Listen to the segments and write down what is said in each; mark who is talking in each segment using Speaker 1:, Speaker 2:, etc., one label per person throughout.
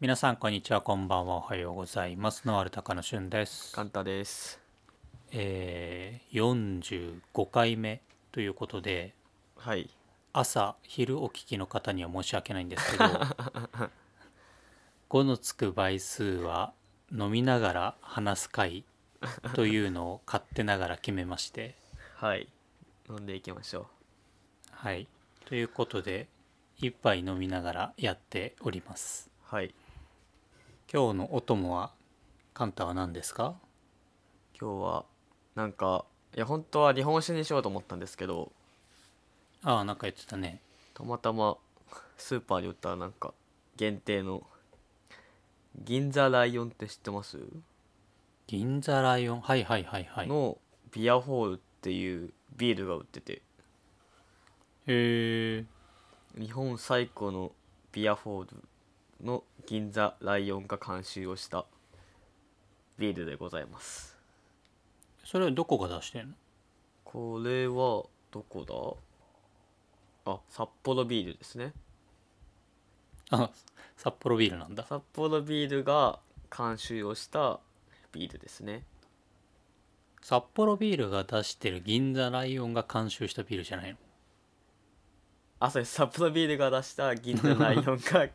Speaker 1: 皆さんこんにちはこんばんはおはようございますノワルタカのしゅんです
Speaker 2: カンタです。
Speaker 1: えー、45回目ということで
Speaker 2: はい。
Speaker 1: 朝昼お聞きの方には申し訳ないんです けど5のつく倍数は飲みながら話す会というのを勝手ながら決めまして
Speaker 2: はい。飲んでいきましょ
Speaker 1: はいということで一杯飲みながらやっております
Speaker 2: う。はい。
Speaker 1: 今日のお供はカンタは何ですか
Speaker 2: 今日はなんかいや本当は日本酒にしようと思ったんですけど、
Speaker 1: ああなんか言ってたね
Speaker 2: たまたまスーパーに売ったなんか限定の銀座ライオンって知ってます？
Speaker 1: 銀座ライオンはいはいはいはい
Speaker 2: のビアホールっていうビールが売ってて、
Speaker 1: へえ
Speaker 2: 日本最古のビアホールの銀座ライオンが監修をしたビールでございます。
Speaker 1: それはどこが出してんの
Speaker 2: これはどこだあ札幌ビールですね
Speaker 1: あ札幌ビールなんだ
Speaker 2: 札幌ビールが監修をしたビールですね
Speaker 1: 札幌ビールが出してる銀座ライオンが監修したビールじゃないの
Speaker 2: あそうです札幌ビールが出した銀座ライオン が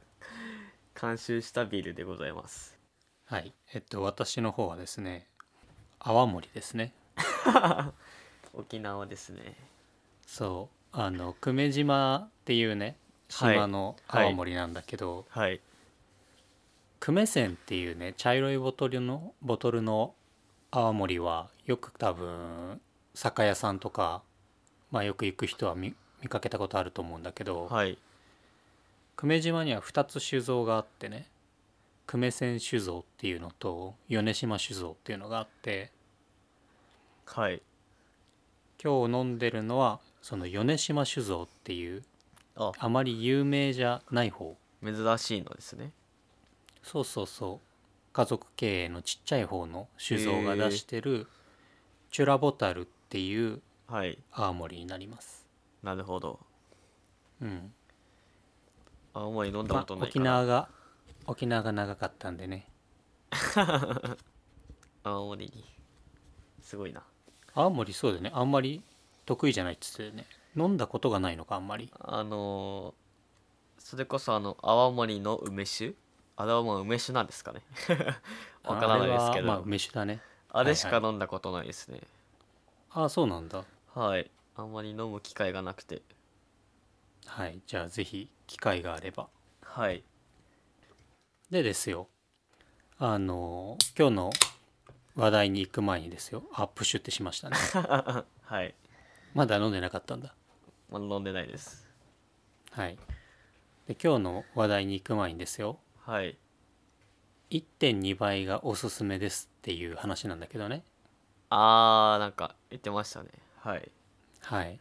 Speaker 2: 監修したビールでございます
Speaker 1: はいえっと私の方はですね泡盛ですね
Speaker 2: 沖縄ですね
Speaker 1: そうあの久米島っていうね
Speaker 2: はい
Speaker 1: 島の
Speaker 2: はい
Speaker 1: 泡盛なんだけど、
Speaker 2: はい
Speaker 1: 久米線っていうね茶色いボトルのボトルの泡盛はよく多分酒屋さんとか、まあ、よく行く人は見見かけたことあると思うんだけど、
Speaker 2: はい
Speaker 1: 久米島には2つ酒造があってね久米線酒造っていうのと米島酒造っていうのがあって
Speaker 2: はい
Speaker 1: 今日飲んでるのはその米島酒造っていう
Speaker 2: あ
Speaker 1: あまり有名じゃない方
Speaker 2: 珍しいのですね
Speaker 1: そうそうそう家族経営のちっちゃい方の酒造が出してるチュラボタルっていう
Speaker 2: はい
Speaker 1: 泡盛になります
Speaker 2: なるほど
Speaker 1: うん、
Speaker 2: あんまり飲んだこ
Speaker 1: まあ
Speaker 2: とない
Speaker 1: 沖
Speaker 2: から、
Speaker 1: 縄が沖縄が長かったんでね
Speaker 2: 青森にすごいな
Speaker 1: 泡盛そうだよねあんまり得意じゃないっつってたよね飲んだことがないのかあんまり
Speaker 2: あのーそれこそあの泡盛の梅酒あれはもう梅酒なんですかね わからないですけど
Speaker 1: あれはまあ
Speaker 2: あれ,、
Speaker 1: 梅酒だね
Speaker 2: し
Speaker 1: は
Speaker 2: か
Speaker 1: いは
Speaker 2: 飲んだことないですね
Speaker 1: ああそうなんだ
Speaker 2: はい、あんまり飲む機会がなくて
Speaker 1: はいじゃあぜひ機会があれば
Speaker 2: はい
Speaker 1: でですよあの今日の話題に行く前にですよあプッシュってしました ね
Speaker 2: はい、
Speaker 1: まだ飲んでなかったんだ
Speaker 2: まあ、飲んでないです
Speaker 1: はいで今日の話題に行く前にですよ
Speaker 2: はい
Speaker 1: 1.2倍がおすすめですっていう話なんだけどね
Speaker 2: あーなんか言ってましたねはい
Speaker 1: はい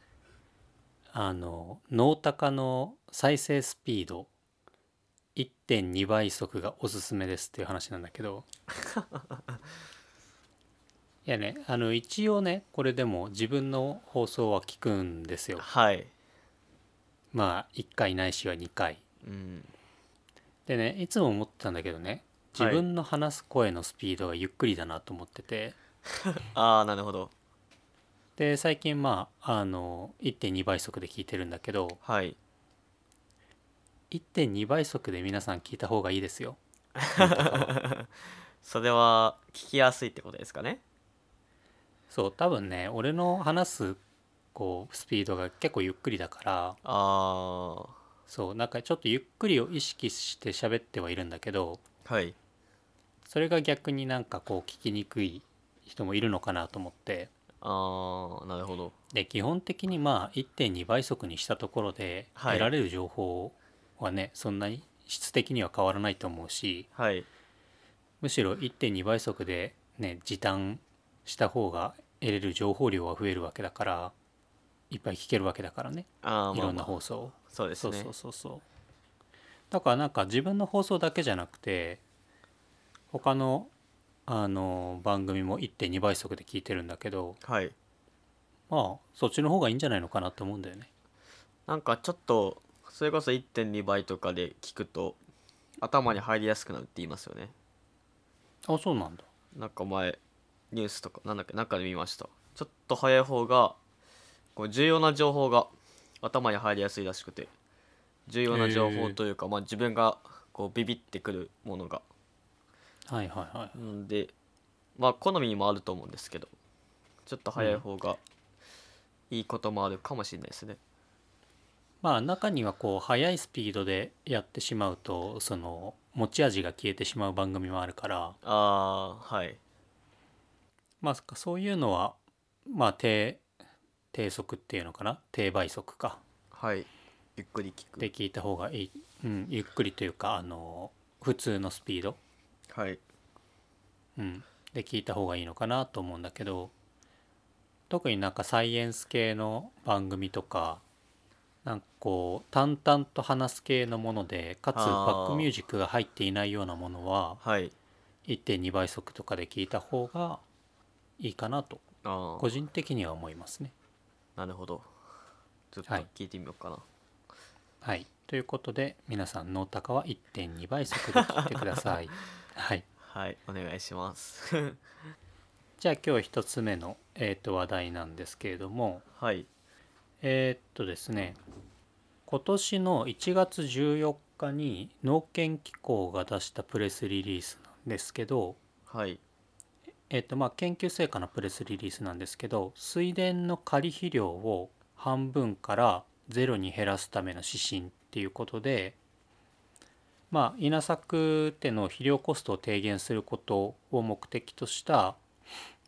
Speaker 1: あのノータカの再生スピード1.2倍速がおすすめですっていう話なんだけどいやねあの一応ねこれでも自分の放送は聞くんですよ
Speaker 2: はい
Speaker 1: まあ1回ないしは2回
Speaker 2: うん
Speaker 1: でねいつも思ってたんだけどね自分の話す声のスピードがゆっくりだなと思ってて、
Speaker 2: あーなるほど
Speaker 1: で最近まああの1.2倍速で聞いてるんだけど、
Speaker 2: はい
Speaker 1: 1.2倍速で皆さん聞いた方がいいですよ
Speaker 2: それは聞きやすいってことですかね
Speaker 1: そう多分ね俺の話すこうスピードが結構ゆっくりだから
Speaker 2: あ
Speaker 1: そうなんかちょっとゆっくりを意識して喋ってはいるんだけど
Speaker 2: ーはい
Speaker 1: それが逆になんかこう聞きにくい人もいるのかなと思って
Speaker 2: あーなるほど
Speaker 1: で基本的にまあ1.2倍速にしたところで
Speaker 2: はい
Speaker 1: 得られる情報はね、そんなに質的には変わらないと思うし
Speaker 2: はい
Speaker 1: むしろ1.2倍速でね時短した方が得れる情報量は増えるわけだからいっぱい聞けるわけだからね
Speaker 2: あー
Speaker 1: い
Speaker 2: まあ、
Speaker 1: ろんな
Speaker 2: まあ、
Speaker 1: 放送を
Speaker 2: そうです
Speaker 1: そう
Speaker 2: ね
Speaker 1: そうそうそうだからなんか自分の放送だけじゃなくて他のあの番組も1.2倍速で聞いてるんだけど
Speaker 2: はい
Speaker 1: まあそっちの方がいいんじゃないのかなと思うんだよね
Speaker 2: なんかちょっとそれこそ1.2倍とかで聞くと頭に入りやすくなるって言いますよね
Speaker 1: あそうなんだ
Speaker 2: なんか前ニュースとかなんだっけなんかで見ましたちょっと早い方がこう重要な情報が頭に入りやすいらしくて重要な情報というか、まあ、自分がこうビビってくるものが
Speaker 1: はいはいはい
Speaker 2: うんでまあ好みもあると思うんですけどちょっと早い方がいいこともあるかもしれないですね、
Speaker 1: まあ中にはこう速いスピードでやってしまうとその持ち味が消えてしまう番組もあるから
Speaker 2: ああはい
Speaker 1: まあそっかそういうのはまあ低低速っていうのかな低倍速か
Speaker 2: はいゆっくり聞
Speaker 1: で
Speaker 2: く
Speaker 1: 聞いた方がいい、うん、ゆっくりというかあの普通のスピード、
Speaker 2: はい
Speaker 1: うん、で聞いた方がいいのかなと思うんだけど特になんかサイエンス系の番組とかなんかこう淡々と話す系のものでかつ
Speaker 2: あー
Speaker 1: バックミュージックが入っていないようなものは
Speaker 2: はい
Speaker 1: 1.2倍速とかで聞いた方がいいかなと
Speaker 2: あ
Speaker 1: 個
Speaker 2: あ
Speaker 1: 人的には思いますね。
Speaker 2: なるほどちょっと
Speaker 1: はい
Speaker 2: 聞いてみようかな、
Speaker 1: はい、ということで皆さん「ノータカ」は1.2倍速で聞いてくだ さい。はい
Speaker 2: はい、お願いします。
Speaker 1: じゃあ今日一つ目の、えー、と話題なんですけれども
Speaker 2: はい、
Speaker 1: えーっとですね今年の1月14日に農研機構が出したプレスリリースなんですけど、
Speaker 2: はい、
Speaker 1: えーっとまあ、研究成果のプレスリリースなんですけど水田の仮肥料を半分からゼロに減らすための指針っていうことで、まあ、稲作での肥料コストを低減することを目的とした、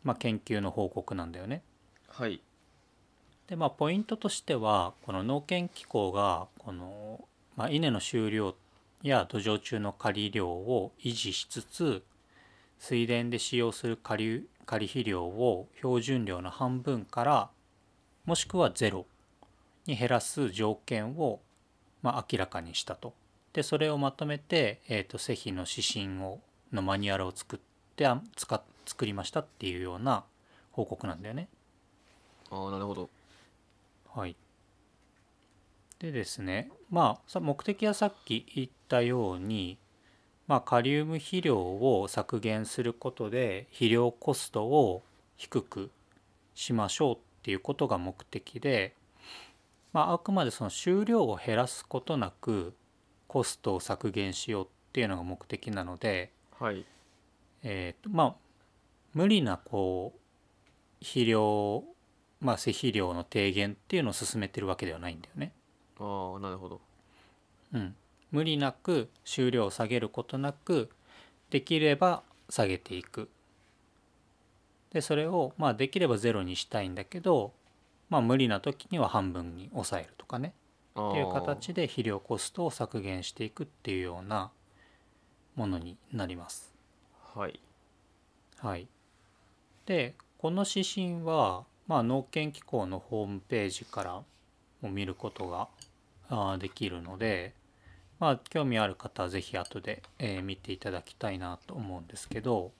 Speaker 1: まあ、研究の報告なんだよね。
Speaker 2: はい、
Speaker 1: でまあポイントとしてはこの農研機構がこの、まあ、稲の収量や土壌中の仮量を維持しつつ水田で使用する仮仮肥料を標準量の半分からもしくはゼロに減らす条件を、まあ、明らかにしたと。でそれをまとめて、えー、と施肥の指針をのマニュアルを作ってあ使っ作りましたっていうような報告なんだよね。
Speaker 2: ああ、なるほど。
Speaker 1: はい、でですねまあさ目的はさっき言ったように、まあ、カリウム肥料を削減することで肥料コストを低くしましょうっていうことが目的で、まあ、あくまでその収量を減らすことなくコストを削減しようっていうのが目的なので、
Speaker 2: はい、
Speaker 1: えーとまあ無理なこう肥料まあ施肥料の低減っていうのを進めてるわけではないんだよね。
Speaker 2: ああ、なるほど。
Speaker 1: うん、無理なく収量を下げることなくできれば下げていく。でそれをまあできればゼロにしたいんだけど、まあ、無理な時には半分に抑えるとかね。
Speaker 2: ああ
Speaker 1: っていう形で肥料コストを削減していくっていうようなものになります。
Speaker 2: はい、
Speaker 1: はい、でこの指針は、まあ、農研機構のホームページからも見ることがあーできるので、まあ、興味ある方は是非後で、えー見ていただきたいなと思うんですけど、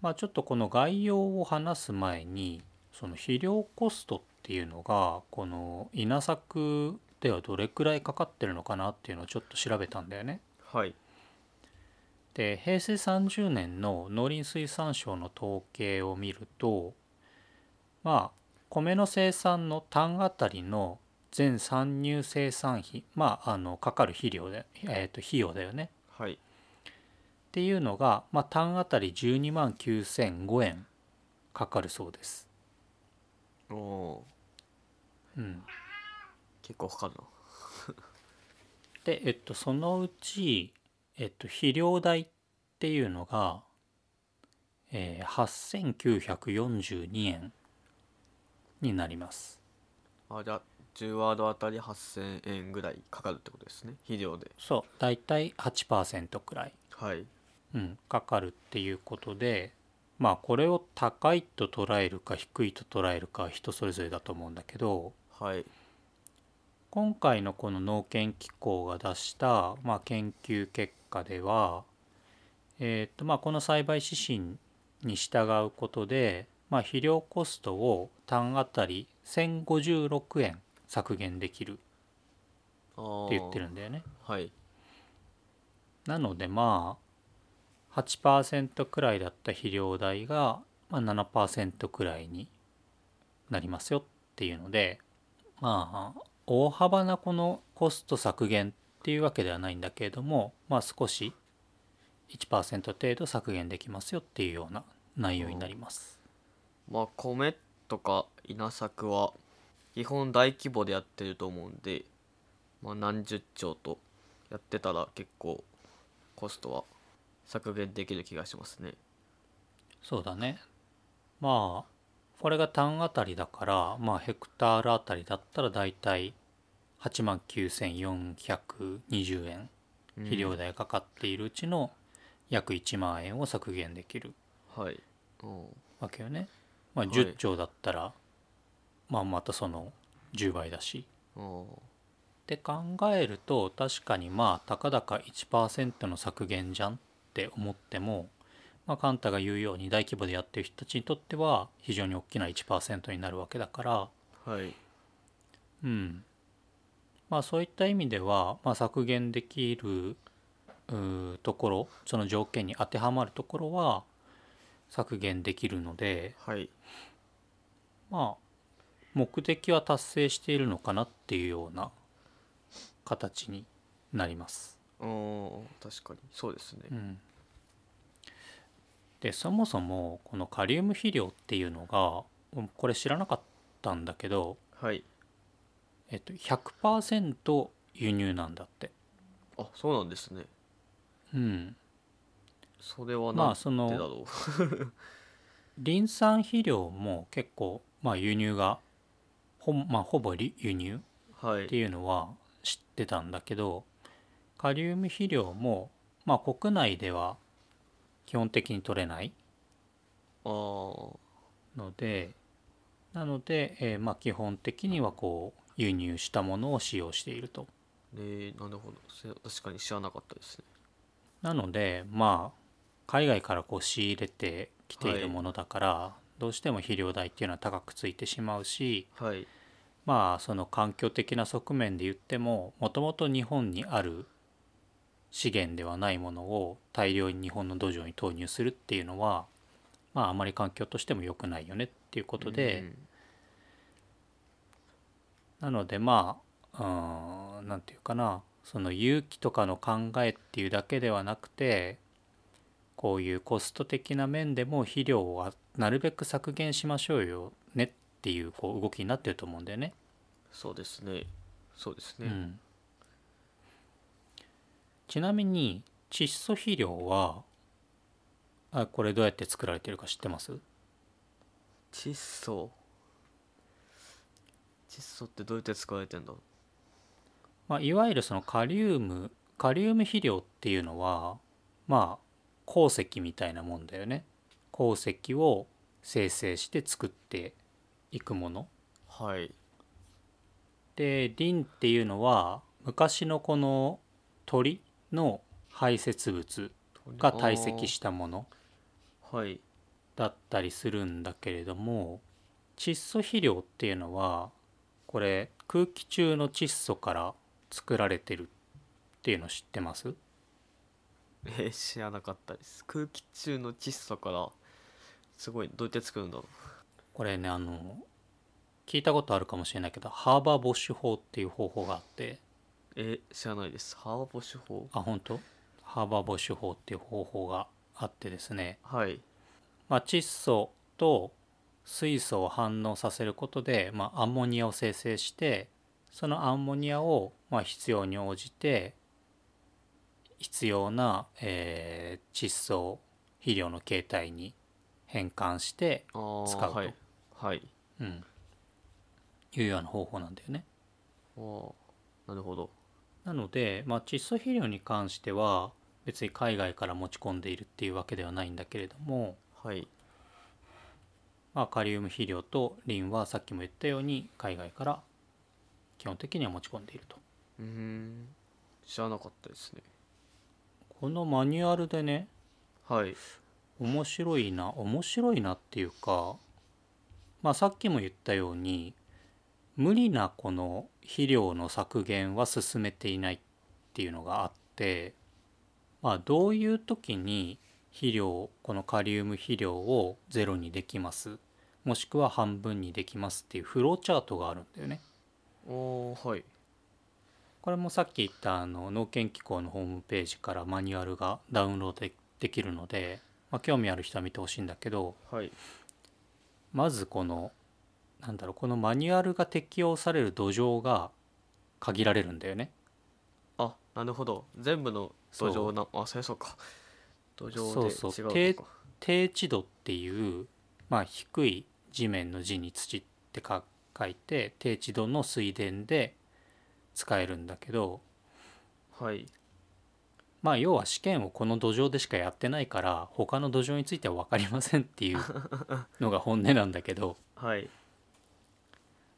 Speaker 1: まあ、ちょっとこの概要を話す前にその肥料コストっていうのがこの稲作ではどれくらいかかってるのかなっていうのをちょっと調べたんだよね。
Speaker 2: はい、
Speaker 1: で平成30年の農林水産省の統計を見るとまあ米の生産の単あたりの全参入生産費まああのかかる肥料で、えー、と費用だよね
Speaker 2: はい、
Speaker 1: っていうのが、まあ、単あたり12万9005円かかるそうです。
Speaker 2: おお
Speaker 1: うん、
Speaker 2: ー、結構かかるな。
Speaker 1: で、えっと、そのうち、えっと、肥料代っていうのが、えー、8942円になります。
Speaker 2: あーじゃあ、10ワードあたり8000円ぐらいかかるってことですね。肥料で。
Speaker 1: そう、だいたい8%くらい、
Speaker 2: はい、
Speaker 1: うん、かかるっていうことで、まあ、これを高いと捉えるか低いと捉えるかは人それぞれだと思うんだけど、
Speaker 2: はい、
Speaker 1: 今回のこの農研機構が出した、まあ、研究結果では、えーとまあ、この栽培指針に従うことで、まあ、肥料コストを単あたり1,056円削減できる
Speaker 2: ああ、
Speaker 1: って言ってるんだよね。
Speaker 2: はい、
Speaker 1: なのでまあ8%くらいだった肥料代が、まあ、7%くらいになりますよっていうのでまあ大幅なこのコスト削減っていうわけではないんだけれどもまあ少し1%程度削減できますよっていうような内容になります。
Speaker 2: まあ米とか稲作は基本大規模でやってると思うんで、まあ、何十兆とやってたら結構コストは削減できる気がしますね
Speaker 1: そうだねまあこれが単あたりだからまあヘクタールあたりだったらだいたい8万9420円
Speaker 2: うん
Speaker 1: 肥料代かかっているうちの約1万円を削減できる
Speaker 2: はい、うん、
Speaker 1: わけよね、まあ、
Speaker 2: はい
Speaker 1: 10兆だったら、まあまたその10倍だし
Speaker 2: うん
Speaker 1: って考えると確かにまあたかだか1%の削減じゃんって思っても、まあ、カンタが言うように大規模でやってる人たちにとっては非常に大きな1%になるわけだから、
Speaker 2: はい
Speaker 1: うんまあ、そういった意味では、まあ、削減できるうーところその条件に当てはまるところは削減できるので
Speaker 2: はい
Speaker 1: まあ目的は達成しているのかなっていうような形になります。
Speaker 2: うん確かにそうですね
Speaker 1: うんでそもそもこのカリウム肥料っていうのがうんこれ知らなかったんだけど、
Speaker 2: はい
Speaker 1: えっと、100%輸入なんだって。
Speaker 2: あそうなんですね
Speaker 1: うん、
Speaker 2: それ
Speaker 1: ま
Speaker 2: はなん
Speaker 1: あ
Speaker 2: て
Speaker 1: そ
Speaker 2: だ
Speaker 1: の
Speaker 2: ろ
Speaker 1: 林産肥料も結構、まあ、輸入がほ,、まあ、ほぼり輸入
Speaker 2: うは
Speaker 1: って
Speaker 2: い
Speaker 1: いうのは知ってたんだけどカリウム肥料も、まあ、国内では基本的に取れない
Speaker 2: あー
Speaker 1: のでなので、えーまあ、基本的にはこう輸入したものを使用していると。
Speaker 2: ねなるほどせ確かに知らなかったですね
Speaker 1: なのでまあ海外からこう仕入れてきてい
Speaker 2: はい
Speaker 1: るものだから、どうしても肥料代っていうのは高くついてしまうし
Speaker 2: はい
Speaker 1: まあその環境的な側面で言ってももともと日本にある資源ではないものを大量に日本の土壌に投入するっていうのはまああまり環境としても良くないよねっていうことで、
Speaker 2: うん
Speaker 1: なのでまあ何て言うかなその勇気とかの考えっていうだけではなくてこういうコスト的な面でも肥料はなるべく削減しましょうよねっていうこう動きになってると思うんだよね。
Speaker 2: そうですねそうです
Speaker 1: う
Speaker 2: ね、
Speaker 1: ん、ちなみに窒素肥料はあこれどうやって作られてるか知ってます
Speaker 2: 窒素窒素ってどうやって使われてんだ
Speaker 1: まあ、いわゆるそのカリウムカリウム肥料っていうのはまあ鉱石みたいなもんだよね鉱石を生成して作っていくもの
Speaker 2: はい
Speaker 1: でリンっていうのは昔のこの鳥の排泄物が堆積したもの
Speaker 2: はい
Speaker 1: だったりするんだけれども窒素肥料っていうのはこれ空気中の窒素から作られてるっていうの知ってます
Speaker 2: えー知らなかったです空気中の窒素からすごいどうやって作るんだろ
Speaker 1: これねあの聞いたことあるかもしれないけどハーバーボッシュ法っていう方法があって
Speaker 2: うえー知らないですハーボ手法
Speaker 1: あ本当ハーバーボッシュ法っていう方法があってですね、
Speaker 2: はい
Speaker 1: まあ、窒素と水素を反応させることで、まあ、アンモニアを生成してそのアンモニアを、まあ、必要に応じて必要な、えー窒素肥料の形態に変換して、
Speaker 2: あー
Speaker 1: 使うと
Speaker 2: はいはい
Speaker 1: うん、いうような方法なんだよね。
Speaker 2: あーなるほど
Speaker 1: なので、まあ、窒素肥料に関しては別に海外から持ち込んでいるっていうわけではないんだけれども、
Speaker 2: はい
Speaker 1: まあ、カリウム肥料とリンはさっきも言ったように海外から基本的には持ち込んでいると
Speaker 2: うーん知らなかったですね
Speaker 1: このマニュアルでね
Speaker 2: はい
Speaker 1: 面白いな面白いなっていうか、まあ、さっきも言ったように無理なこの肥料の削減は進めていないっていうのがあってまあ、どういう時に肥料このカリウム肥料をゼロにできますもしくは半分にできますっていうフローチャートがあるんだよね。
Speaker 2: おーはい
Speaker 1: これもさっき言ったあの農研機構のホームページからマニュアルがダウンロードでできるので、まあ、興味ある人は見てほしいんだけど
Speaker 2: はい
Speaker 1: まずこのなんだろうこのマニュアルが適用される土壌が限られるんだよね。
Speaker 2: あなるほど全部の土壌なあそうそうか土壌で
Speaker 1: そうそう
Speaker 2: 違うのか
Speaker 1: 低地度っていう、まあ、低い地面の地に土ってか書いて低地度の水田で使えるんだけど、
Speaker 2: はい
Speaker 1: まあ、要は試験をこの土壌でしかやってないから他の土壌については分かりませんっていうのが本音なんだけど
Speaker 2: はい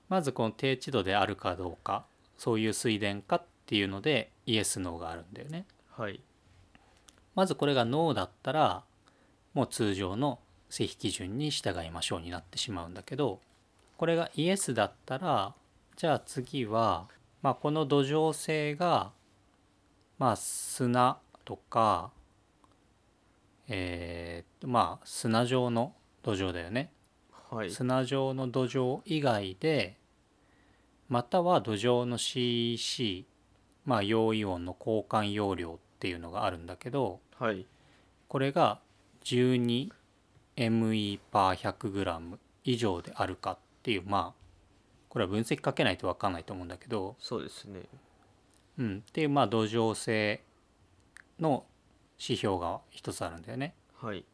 Speaker 1: まずこの低地度であるかどうかそういう水田かっていうのでイエス・ノーがあるんだよね。
Speaker 2: はい
Speaker 1: まずこれがノーだったらもう通常の正比基準に従いましょうになってしまうんだけどこれがイエスだったらじゃあ次は、まあ、この土壌性が、まあ、砂とか、えーっとまあ砂状の土壌だよね、
Speaker 2: はい
Speaker 1: 砂状の土壌以外でまたは土壌の CEC まあ陽イオンの交換容量っていうのがあるんだけど
Speaker 2: はい
Speaker 1: これが 12ME パー 100g 以上であるかっていうまあこれは分析かけないと分かんないと思うんだけど、
Speaker 2: そうですね
Speaker 1: うん、っていうまあ土壌性の指標が一つあるんだよね。
Speaker 2: はい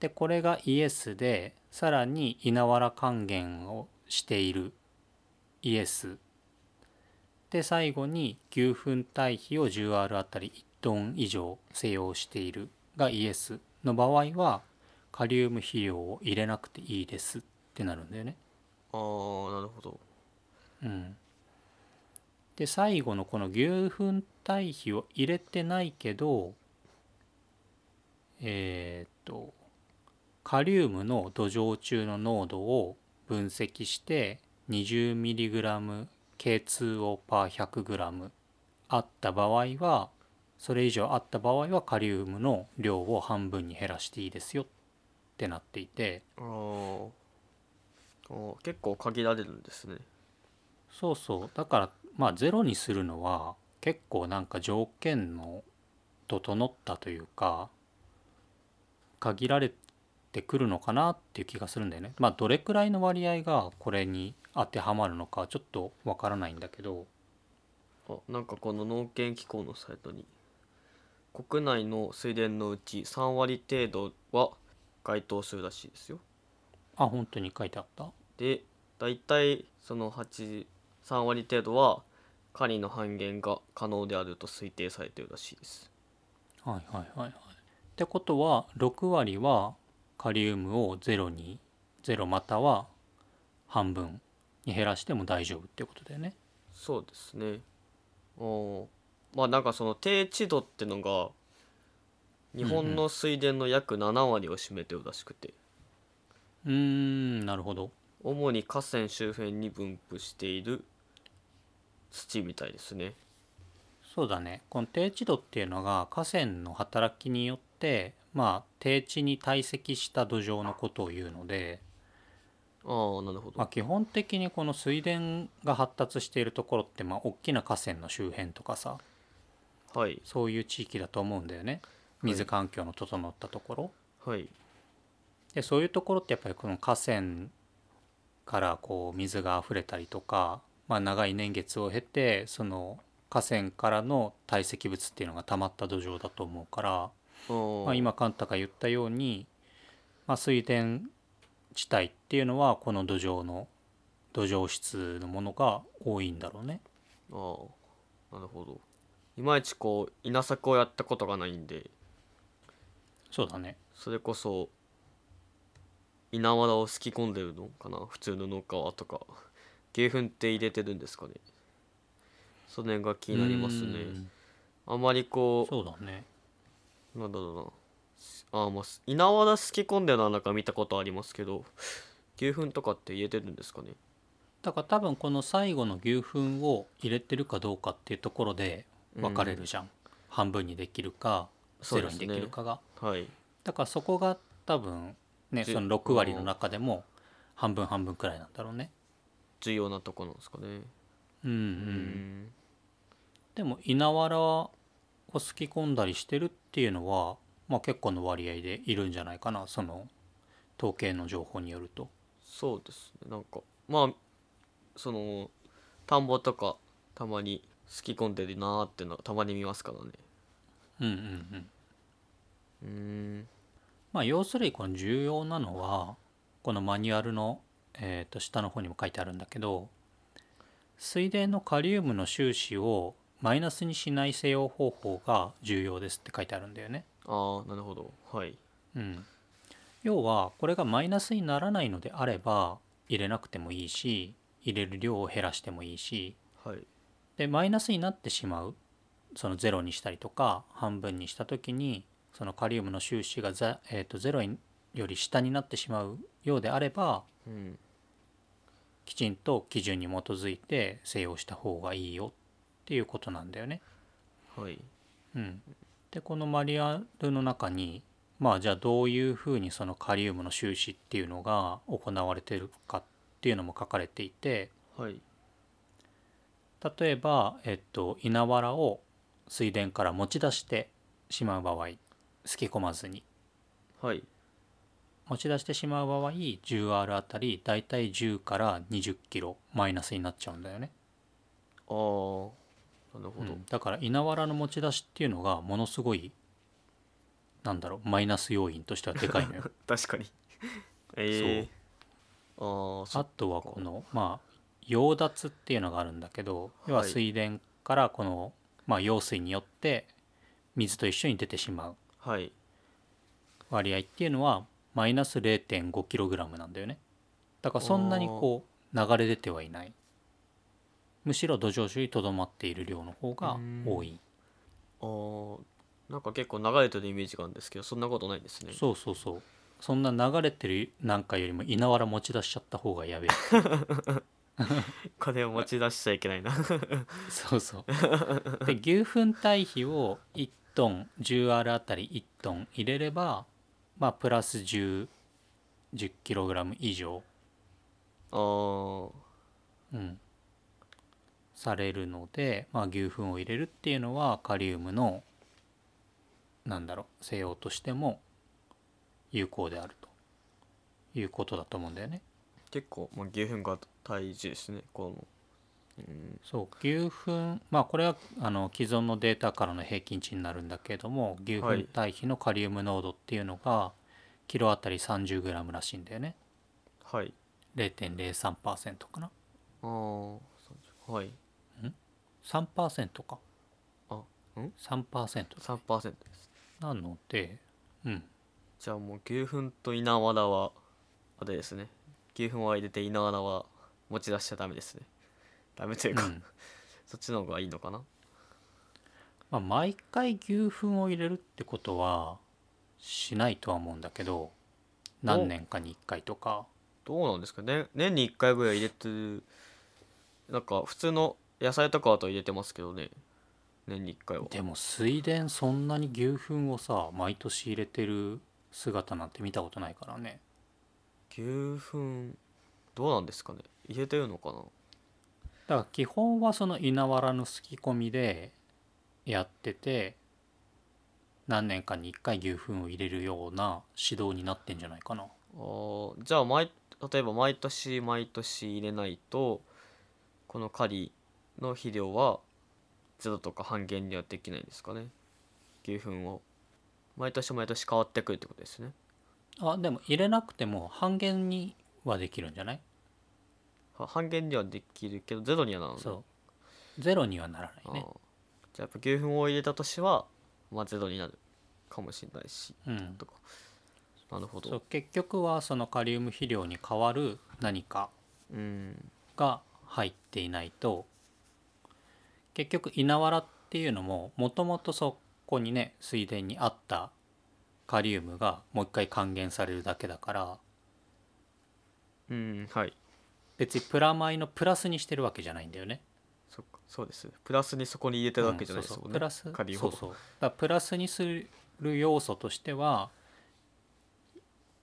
Speaker 1: でこれがイエスでさらに稲わら還元をしているイエスで最後に牛糞堆肥を 10R あたり1トン以上施用しているがイエスの場合はカリウム肥料を入れなくていいですってなるんだよね。
Speaker 2: ああなるほど
Speaker 1: うん、で最後のこの牛糞堆肥を入れてないけどえーっとカリウムの土壌中の濃度を分析して 20mgK2O パー 100g あった場合はそれ以上あった場合はカリウムの量を半分に減らしていいですよってなっていて
Speaker 2: あーあー結構限られるんですね
Speaker 1: そうそうだからまあゼロにするのは結構なんか条件の整ったというか限られてくるのかなっていう気がするんだよね。まあどれくらいの割合がこれに当てはまるのかちょっとわからないんだけど
Speaker 2: あなんかこの農研機構のサイトに国内の水田のうち3割程度は該当するらしいですよ
Speaker 1: あ本当に書いてあった
Speaker 2: で大体その83割程度はカリの半減が可能であると推定されているらしいです
Speaker 1: はいはいはいはい。ってことは6割はカリウムをゼロにゼロまたは半分に減らしても大丈夫ってことだよね。
Speaker 2: そうですねおまあなんかその低地度ってのが日本の水田の約7割を占めてるらしくて、
Speaker 1: うーんなるほど。
Speaker 2: 主に河川周辺に分布している土みたいですね
Speaker 1: そうだねこの低地度っていうのが河川の働きによってまあ低地に堆積した土壌のことを言うので、
Speaker 2: ああなるほど、
Speaker 1: まあ、基本的にこの水田が発達しているところってまあ大きな河川の周辺とかさ
Speaker 2: はい
Speaker 1: そういう地域だと思うんだよね
Speaker 2: い
Speaker 1: 水環境の整ったところ、
Speaker 2: はい
Speaker 1: でそういうところってやっぱりこの河川からこう水が溢れたりとか、まあ、長い年月を経てその河川からの堆積物っていうのが溜まった土壌だと思うから、
Speaker 2: あー
Speaker 1: まあ、今カンタが言ったように、まあ、水田地帯っていうのはこの土壌の土壌質のものが多いんだろうね。
Speaker 2: あーなるほどいまいちこう稲作をやったことがないんで
Speaker 1: そうだね。
Speaker 2: それこそ稲わらをすき込んでるのかな普通の農家はとか牛糞って入れてるんですかねその辺が気になります
Speaker 1: う
Speaker 2: ね
Speaker 1: ん
Speaker 2: あまりこ
Speaker 1: そうだね。
Speaker 2: うなんだろうなあーまあす稲わらすき込んでるのはなんか見たことありますけど牛糞とかって入れてるんですかね
Speaker 1: だから多分この最後の牛糞を入れてるかどうかっていうところで分かれるじゃん。半分にできるか
Speaker 2: そ
Speaker 1: ゼ
Speaker 2: う
Speaker 1: ロ
Speaker 2: で
Speaker 1: にで
Speaker 2: すね
Speaker 1: きるかが、
Speaker 2: はい
Speaker 1: だからそこが多分ね
Speaker 2: ぜ
Speaker 1: その6割の中でも半分半分くらいなんだろうね。
Speaker 2: 重要なとこなんですかね
Speaker 1: うんう、
Speaker 2: うん
Speaker 1: でも稲わらをすき込んだりしてるっていうのは、まあ、結構の割合でいるんじゃないかなその統計の情報によると。
Speaker 2: そうですねなんかまあその田んぼとかたまにすき込んでるなーっていうのはたまに見ますからね
Speaker 1: うんうんうん
Speaker 2: うーん
Speaker 1: まあ、要するにこの重要なのはこのマニュアルの、えー、と下の方にも書いてあるんだけど水田のカリウムの収支をマイナスにしない施用方法が重要ですって書いてあるんだよね。
Speaker 2: ああなるほどはい
Speaker 1: うん、要はこれがマイナスにならないのであれば入れなくてもいいし入れる量を減らしてもいいし
Speaker 2: はい
Speaker 1: でマイナスになってしまうそのゼロにしたりとか半分にした時にそのカリウムの収支がゼ,、えー、とゼロより下になってしまうようであれば
Speaker 2: うん
Speaker 1: きちんと基準に基づいて制用した方がいいよっていうことなんだよね。
Speaker 2: はい
Speaker 1: うん、でこのマニュアルの中にまあじゃあどういうふうにそのカリウムの収支っていうのが行われてるかっていうのも書かれていて
Speaker 2: はい
Speaker 1: 例えば、えっと、稲わらを水田から持ち出してしまう場合すき込まずに
Speaker 2: はい
Speaker 1: 持ち出してしまう場合 10R あたりだいたい10から20キロマイナスになっちゃうんだよね、
Speaker 2: ああなるほ
Speaker 1: う
Speaker 2: ど、
Speaker 1: んだから稲わらの持ち出しっていうのがものすごいなんだろうマイナス要因としてはでかいのよ
Speaker 2: 確かに ええああそ
Speaker 1: あ
Speaker 2: っ
Speaker 1: とはこのまあ溶脱っていうのがあるんだけど要は
Speaker 2: はい
Speaker 1: 水田からこの、まあ、用水によって水と一緒に出てしまう
Speaker 2: はい
Speaker 1: 割合っていうのはマイナス 0.5kg なんだよねだからそんなにこう流れ出てはいないむしろ土壌中にとどまっている量の方が多い
Speaker 2: あーなんか結構流れてるイメージがあるんですけどそんなことないですね
Speaker 1: そうそうそうそんな流れてるなんかよりも稲わら持ち出しちゃった方がやべえ
Speaker 2: 金を持ち出しちゃいけ ないな
Speaker 1: そうそう。で牛糞堆肥を1トン 10R あたり1トン入れればまあプラス10 10kg 以上、
Speaker 2: あー
Speaker 1: うん、されるので、まあ、牛糞を入れるっていうのはカリウムのなんだろう西洋としても有効であるということだと思うんだよね。
Speaker 2: 結構、まあ、牛糞が大事ですねこのうん
Speaker 1: そう牛糞まあこれはあの既存のデータからの平均値になるんだけれども牛
Speaker 2: は
Speaker 1: 糞
Speaker 2: い
Speaker 1: 対比のカリウム濃度っていうのがキロあたり 30g らしいんだよね
Speaker 2: はい
Speaker 1: 0.03%かな
Speaker 2: あー30はい
Speaker 1: 3%か
Speaker 2: あん
Speaker 1: 3%
Speaker 2: 3%です
Speaker 1: なのでうん
Speaker 2: じゃあもう牛糞と稲わらはあれですね牛糞は入れて稲わらは持ち出しちゃダメですねダメというか、
Speaker 1: うん
Speaker 2: そっちの方がいいのかな
Speaker 1: まあ、毎回牛糞を入れるってことはしないとは思うんだけど何年かに1回とか
Speaker 2: どうなんですかね年に1回ぐらい入れてるなんか普通の野菜とかだと入れてますけどね年に1回は
Speaker 1: でも水田そんなに牛糞をさ毎年入れてる姿なんて見たことないからね
Speaker 2: 牛糞どうなんですかね入れてるのかな
Speaker 1: だから基本はその稲わらのすき込みでやってて何年かに1回牛糞を入れるような指導になってんじゃないかな
Speaker 2: あーじゃあ毎例えば毎年毎年入れないとこの狩りの肥料はゼロとか半減にはできないんですかね牛糞を毎年毎年変わってくるってことですね
Speaker 1: あでも入れなくても半減にはできるんじゃない
Speaker 2: は半減にはできるけどゼロにはならない
Speaker 1: そうゼロにはなら
Speaker 2: あ
Speaker 1: ないね
Speaker 2: ーじゃあやっぱ牛糞を入れた年は、まあ、ゼロになるかもしれないし
Speaker 1: うん
Speaker 2: とかなるほ
Speaker 1: そう
Speaker 2: ど
Speaker 1: 結局はそのカリウム肥料に代わる何か
Speaker 2: うん
Speaker 1: が入っていないと結局稲わらっていうのももともとそこにね水田にあったカリウムがもう一回還元されるだけだから
Speaker 2: うんはい
Speaker 1: 別にプラマイのプラスにしてるわけじゃないんだよね。
Speaker 2: そっかそうですプラスにそこに入れてるわけじゃないです
Speaker 1: うんそうそ
Speaker 2: も
Speaker 1: う
Speaker 2: ん
Speaker 1: プ
Speaker 2: ね、
Speaker 1: ラス
Speaker 2: 仮
Speaker 1: そ
Speaker 2: 放
Speaker 1: うそうだからプラスにする要素としては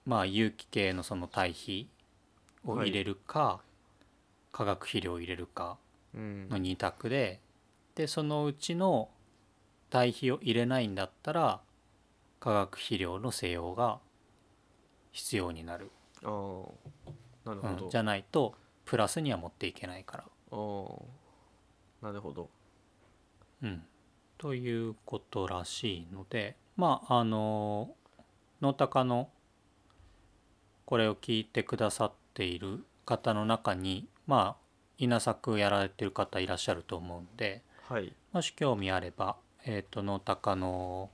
Speaker 1: まあ有機系のその対比を入れるか、化学肥料を入れるか
Speaker 2: うん
Speaker 1: の2択ででそのうちの堆肥を入れないんだったら化学肥料の西用が必要になる、
Speaker 2: あーな
Speaker 1: う
Speaker 2: るほ
Speaker 1: ん
Speaker 2: ど、
Speaker 1: じゃないとプラスには持っていけないから。
Speaker 2: あーなるほど
Speaker 1: うん、ということらしいのでまああのノタカのこれを聞いてくださっている方の中にまあ稲作やられてる方いらっしゃると思うんで、
Speaker 2: はい
Speaker 1: もし興味あれば、えー、とノータカの、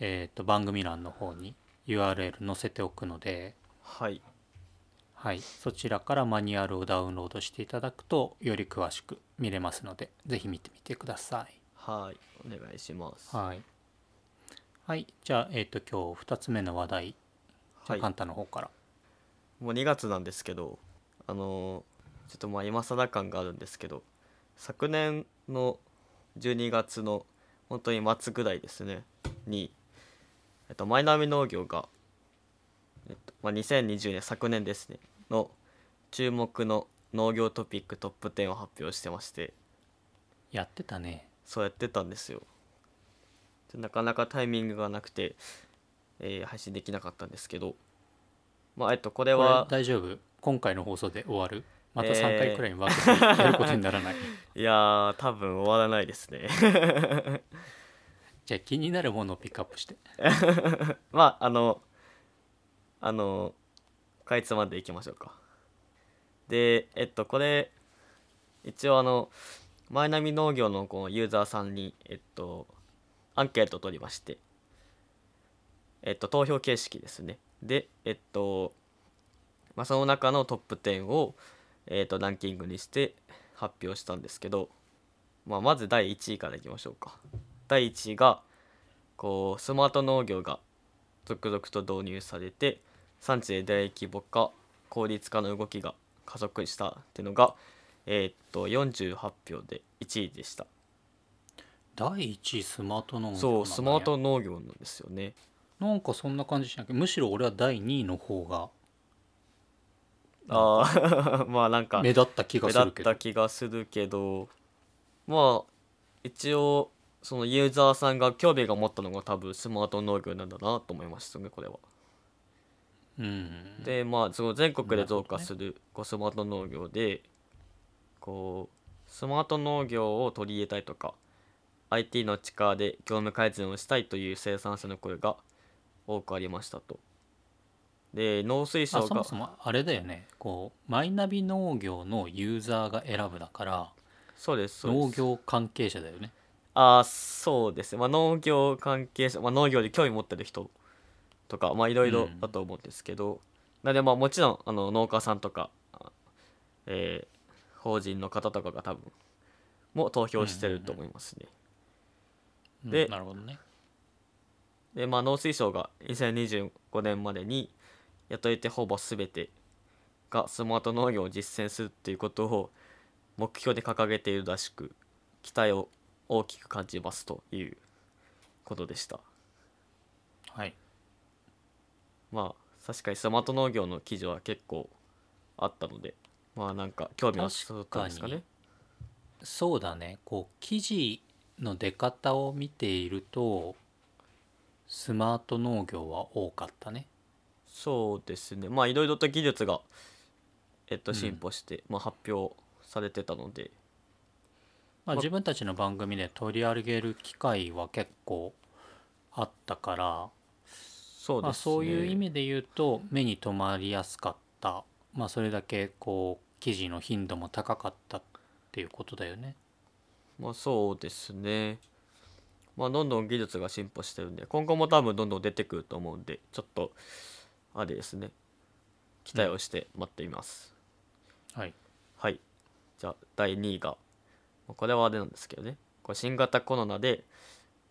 Speaker 1: えー、と番組欄の方に URL 載せておくので、
Speaker 2: はい
Speaker 1: はい、そちらからマニュアルをダウンロードしていただくとより詳しく見れますのでぜひ見てみてください。
Speaker 2: はいお願いします
Speaker 1: はい、はい、じゃあ、えー、と今日2つ目の話題じゃ
Speaker 2: は
Speaker 1: あ
Speaker 2: い
Speaker 1: カンタの方から。
Speaker 2: もう2月なんですけどあのーちょっとまあ今更感があるんですけど昨年の12月の本当に末ぐらいですねに、えっと、マイナミ農業が、えっとまあ、2020年昨年ですねの注目の農業トピックトップ10を発表してまして
Speaker 1: やってたね。
Speaker 2: そうやってたんですよでなかなかタイミングがなくて、えー配信できなかったんですけどまあえっとこれ
Speaker 1: これ
Speaker 2: は
Speaker 1: 大丈夫今回の放送で終わるまた
Speaker 2: えー
Speaker 1: 3回くらいに分けてやることにならない。
Speaker 2: いやー多分終わらないですね
Speaker 1: じゃあ気になるものをピックアップして。
Speaker 2: まああのあのかいつまんでいきましょうかでえっとこれ一応あのマイナビ農業のこのユーザーさんにえっとアンケートを取りましてえっと投票形式ですねでえっと、まあ、その中のトップ10を、えっと、ランキングにして発表したんですけど、まあ、まず第1位からいきましょうか第1位がこうスマート農業が続々と導入されて産地で大規模化効率化の動きが加速したっていうのが、えーっと48票で1位でした
Speaker 1: 第1位スマート農業なんだね
Speaker 2: そうスマート農業なんですよね
Speaker 1: なんかそんな感じしなきゃむしろ俺は第2位の方が
Speaker 2: ああ まあなんか
Speaker 1: 目立った気が
Speaker 2: 目
Speaker 1: す
Speaker 2: 立
Speaker 1: る
Speaker 2: っ
Speaker 1: けど
Speaker 2: た気がするけどまあ一応そのユーザーさんが興味が持ったのが多分スマート農業なんだなと思いましたねこれは。
Speaker 1: うん
Speaker 2: でまあその全国で増加するこうスマート農業でこうスマート農業を取り入れたいとか IT の力で業務改善をしたいという生産者の声が多くありましたと。で農水
Speaker 1: まあ
Speaker 2: 省
Speaker 1: そ
Speaker 2: が
Speaker 1: もそもあれだよねこうマイナビ農業のユーザーが選ぶだから
Speaker 2: そうですそうです
Speaker 1: 農業関係者だよね
Speaker 2: あーそうですね、まあ、農業関係者、まあ、農業で興味持ってる人とかまあいろいろ
Speaker 1: うん
Speaker 2: だと思うんですけど、なのでまあもちろんあの農家さんとか、あえー法人の方とかが多分も投票してると思いますね。
Speaker 1: うん
Speaker 2: で
Speaker 1: なるほどね
Speaker 2: でまあ農水省が2025年までに雇い手ほぼ全てがスマート農業を実践するっていうことを目標で掲げているらしく期待を大きく感じますということでした。
Speaker 1: はい
Speaker 2: まあ確かにスマート農業の記事は結構あったのでまあなんか興味はそったんですかね
Speaker 1: そうだねこう記事の出方を見ているとスマート農業は多かったね
Speaker 2: そうですねまあいろいろと技術がえっ
Speaker 1: う
Speaker 2: と
Speaker 1: ん
Speaker 2: 進歩して、まあ、発表されてたので
Speaker 1: まあ、
Speaker 2: ま
Speaker 1: 自分たちの番組で取り上げる機会は結構あったから
Speaker 2: そうですね、
Speaker 1: まあ、そういう意味で言うと目に留まりやすかった、まあ、それだけこう記事の頻度も高かったっていうことだよね。
Speaker 2: まあそうですねまあどんどん技術が進歩してるんで今後も多分どんどん出てくると思うんでちょっとあれですね期待をして待っています、
Speaker 1: はい、
Speaker 2: はい。じゃあ、第2位が、まあこれはあれなんですけどね。これ新型コロナで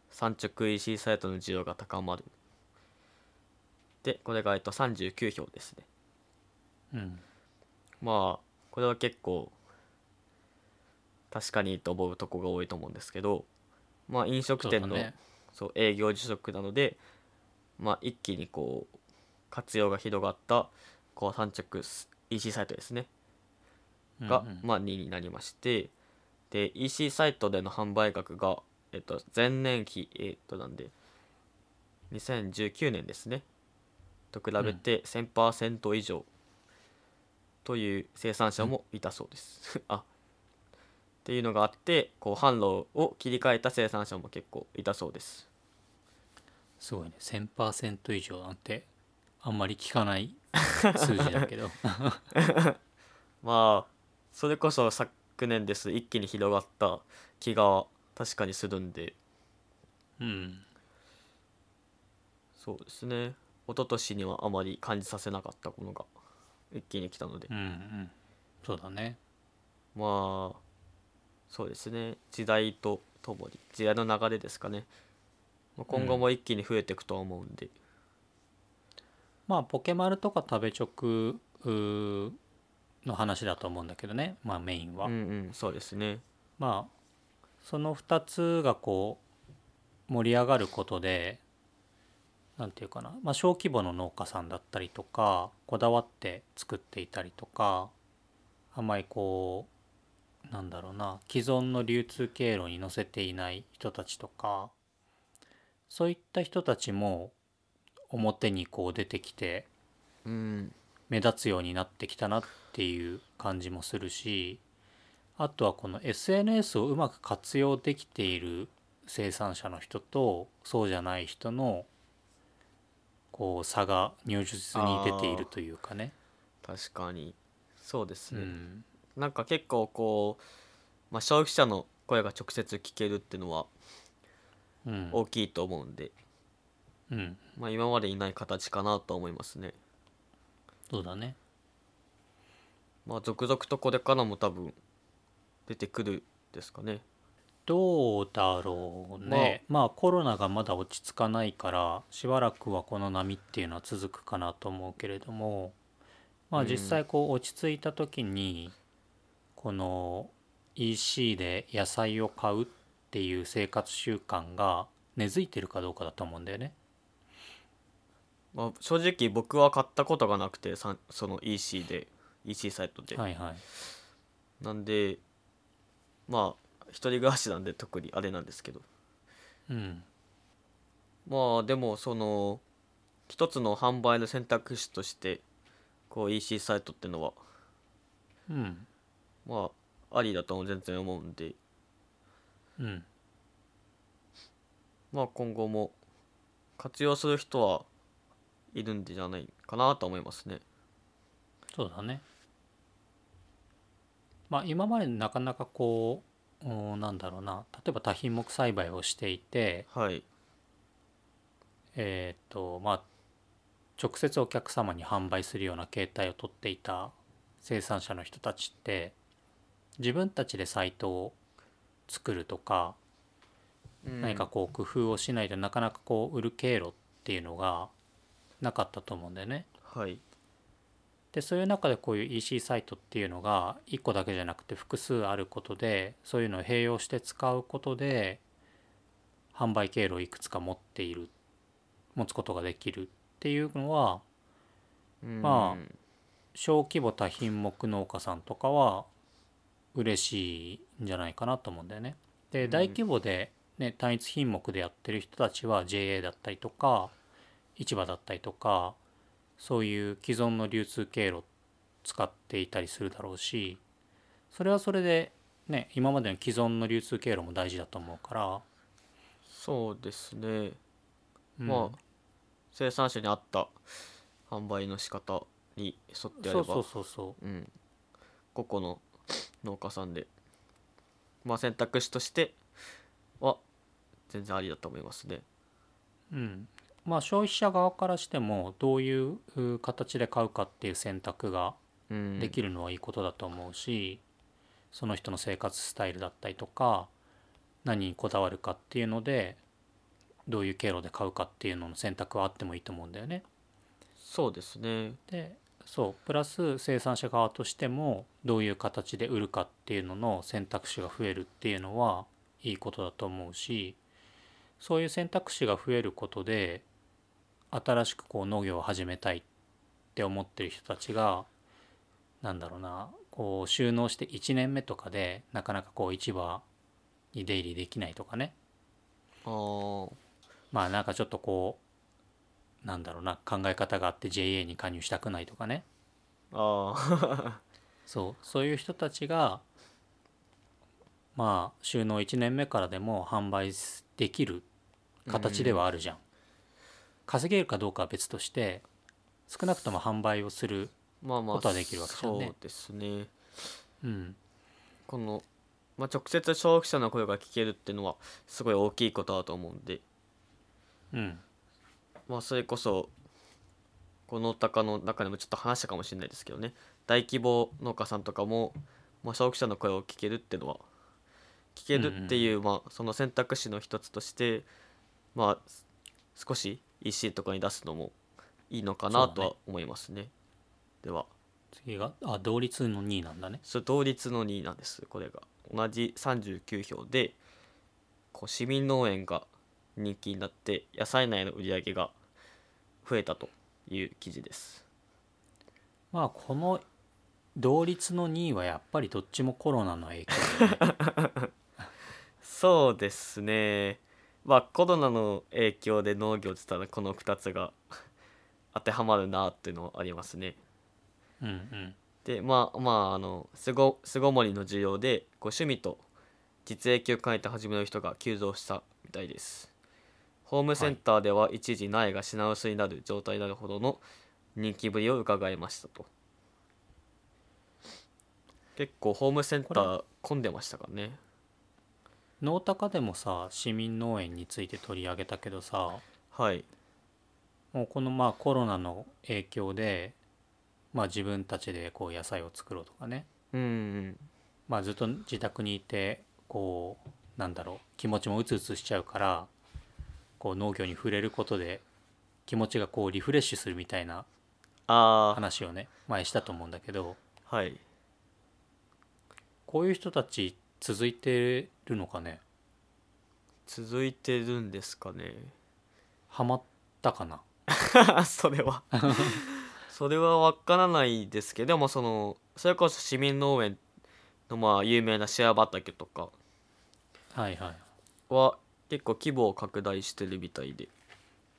Speaker 2: 産直 EC サイトの需要が高まる。で、これが、えっと、39票ですね。
Speaker 1: うん
Speaker 2: まあ、これは結構、確かにと思うとこが多いと思うんですけど、まあ、飲食
Speaker 1: そう
Speaker 2: 店
Speaker 1: だ
Speaker 2: の
Speaker 1: ね
Speaker 2: そう営業辞職なので、まあ、一気にこう活用が広がったこう産直 EC サイトですねが、
Speaker 1: うんうん
Speaker 2: まあ、2になりましてで EC サイトでの販売額が、えっと、前年比、えっと、なんで2019年ですねと比べて1000%以上という生産者もいたそうです。 あっていうのがあってこう販路を切り替えた生産者も結構いたそうです。
Speaker 1: すごいね1000%以上なんてあんまり聞かない数字だけ ど
Speaker 2: まあそれこそ昨年です一気に広がった気が確かにするんで
Speaker 1: うん
Speaker 2: そうですね一昨年にはあまり感じさせなかったものが一気に来たので
Speaker 1: うんうんそうだね
Speaker 2: まあそうですね時代とともに時代の流れですかね、まあ、今後も一気に増えていくとは思うんで、
Speaker 1: まあポケマルとか食べチョクうーの話だと思うんだけどねまあメインは、
Speaker 2: うんうんそうですね
Speaker 1: まあその2つがこう盛り上がることで何て言うかな、まあ、小規模の農家さんだったりとかこだわって作っていたりとかあんまりこうなんだろうな既存の流通経路に乗せていない人たちとかそういった人たちも表にこう出てきて
Speaker 2: うん
Speaker 1: 目立つようになってきたなっていう感じもするしあとはこの SNS をうまく活用できている生産者の人とそうじゃない人のこう差が入術に出ているというかね。
Speaker 2: 確かにそうです
Speaker 1: う
Speaker 2: ね、
Speaker 1: ん
Speaker 2: なんか結構こう、まあ、消費者の声が直接聞けるっていうのは
Speaker 1: うん
Speaker 2: 大きいと思うんで、
Speaker 1: うん、
Speaker 2: まあ、今までいない形かなと思いますね。
Speaker 1: そうだね。
Speaker 2: まあ、続々とこれからも多分出てくるですかね。
Speaker 1: どうだろうね、まあコロナがまだ落ち着かないからしばらくはこの波っていうのは続くかなと思うけれどもまあ
Speaker 2: うん
Speaker 1: 実際こう落ち着いた時にこの EC で野菜を買うっていう生活習慣が根付いてるかどうかだと思うんだよね。
Speaker 2: まあ、正直僕は買ったことがなくてさんその EC で EC サイトで、
Speaker 1: はいはい、
Speaker 2: なんでまあ一人暮らしなんで特にあれなんですけど
Speaker 1: うん
Speaker 2: まあでもその一つの販売の選択肢としてこう EC サイトってのは
Speaker 1: うん
Speaker 2: まあありだと全然思うんで
Speaker 1: うん
Speaker 2: まあ今後も活用する人はいるんじゃないかなと思いますね。
Speaker 1: そうだね。まあ今までなかなかこううんなんだろうな例えば多品目栽培をしていて、
Speaker 2: はい。
Speaker 1: えーとまあ、直接お客様に販売するような形態をとっていた生産者の人たちって自分たちでサイトを作るとか何かこう工夫をしないとなかなかこう売る経路っていうのがなかったと思うんだよね。
Speaker 2: はい。
Speaker 1: でそういう中でこういう EC サイトっていうのが1個だけじゃなくて複数あることでそういうのを併用して使うことで販売経路をいくつか持っている持つことができるっていうのはまあ
Speaker 2: うん
Speaker 1: 小規模多品目農家さんとかは嬉しいんじゃないかなと思うんだよね。
Speaker 2: う
Speaker 1: で
Speaker 2: ん
Speaker 1: 大規模で、ね、単一品目でやってる人たちは JA だったりとか市場だったりとかそういう既存の流通経路使っていたりするだろうしそれはそれで、ね、今までの既存の流通経路も大事だと思うから、
Speaker 2: そうですね。
Speaker 1: うん
Speaker 2: まあ生産者に合った販売の仕方に沿ってや
Speaker 1: そうそ
Speaker 2: れば
Speaker 1: う、そうそう
Speaker 2: うん、個々の農家さんで、まあ選択肢としては全然ありだと思いますね。
Speaker 1: うん、まあ消費者側からしてもどういうう形で買うかっていう選択が
Speaker 2: うん、
Speaker 1: できるのはいいことだと思うし、その人の生活スタイルだったりとか何にこだわるかっていうのでどういう経路で買うかっていうのの選択はあってもいいと思うんだよね。
Speaker 2: そうですね。
Speaker 1: でそうプラス生産者側としてもどういう形で売るかっていうのの選択肢が増えるっていうのはいいことだと思うしそういう選択肢が増えることで新しくこう農業を始めたいって思ってる人たちがなんだろうなこう収納して1年目とかでなかなかこう市場に出入りできないとかね
Speaker 2: あー
Speaker 1: まあなんかちょっとこうなんだろうな考え方があって JA に加入したくないとかね
Speaker 2: あー
Speaker 1: そうそういう人たちがまあ収納1年目からでも販売できる形ではあるじゃん、稼げるかどうかは別として少なくとも販売をする、
Speaker 2: まあまあ
Speaker 1: ことはできるわけだよね
Speaker 2: そうですね
Speaker 1: うん、
Speaker 2: この、まあ、直接消費者の声が聞けるっていうのはすごい大きいことだと思うんで、
Speaker 1: うん、
Speaker 2: まあ、それこそこの高の中でもちょっと話したかもしれないですけどね大規模農家さんとかも、まあ、消費者の声を聞けるっていうのは聞けるっていう、まあ、その選択肢の一つとして、まあ、少し EC とかに出すのもいいのかなとは思いますね。では
Speaker 1: 次があ同率の2位なんだね
Speaker 2: そう同率の2位なんですこれが同じ39票でこう市民農園が人気になって野菜内の売り上げが増えたという記事です
Speaker 1: まあこの同率の2位はやっぱりどっちもコロナの影響だよね
Speaker 2: そうですねまあコロナの影響で農業って言ったらこの2つが 当てはまるなっていうのはありますね
Speaker 1: うんうん
Speaker 2: でまあまああの巣ご巣ごもりの需要でこう趣味と実益を兼ねて始める人が急増したみたいですホームセンターでは一時苗が品薄になる状態になるほどの人気ぶりを伺いましたと結構ホームセンター混んでましたからね
Speaker 1: 農高でもさ市民農園について取り上げたけどさ
Speaker 2: はい
Speaker 1: もうこのまあコロナの影響で、まあ、自分たちでこう野菜を作ろうとかね、
Speaker 2: うんうん
Speaker 1: まあ、ずっと自宅にいてこうなんだろう気持ちもうつうつしちゃうからこう農業に触れることで気持ちがこうリフレッシュするみたいな
Speaker 2: ああ
Speaker 1: 話をね前したと思うんだけど
Speaker 2: はい
Speaker 1: こういう人たち続いてるのかね
Speaker 2: 続いてるんですかね
Speaker 1: ハマったかな
Speaker 2: そ れはそれは分からないですけどでもそのそれこそ市民農園のまあ有名なシェア畑とか
Speaker 1: はいはい
Speaker 2: は結構規模を拡大してるみたいで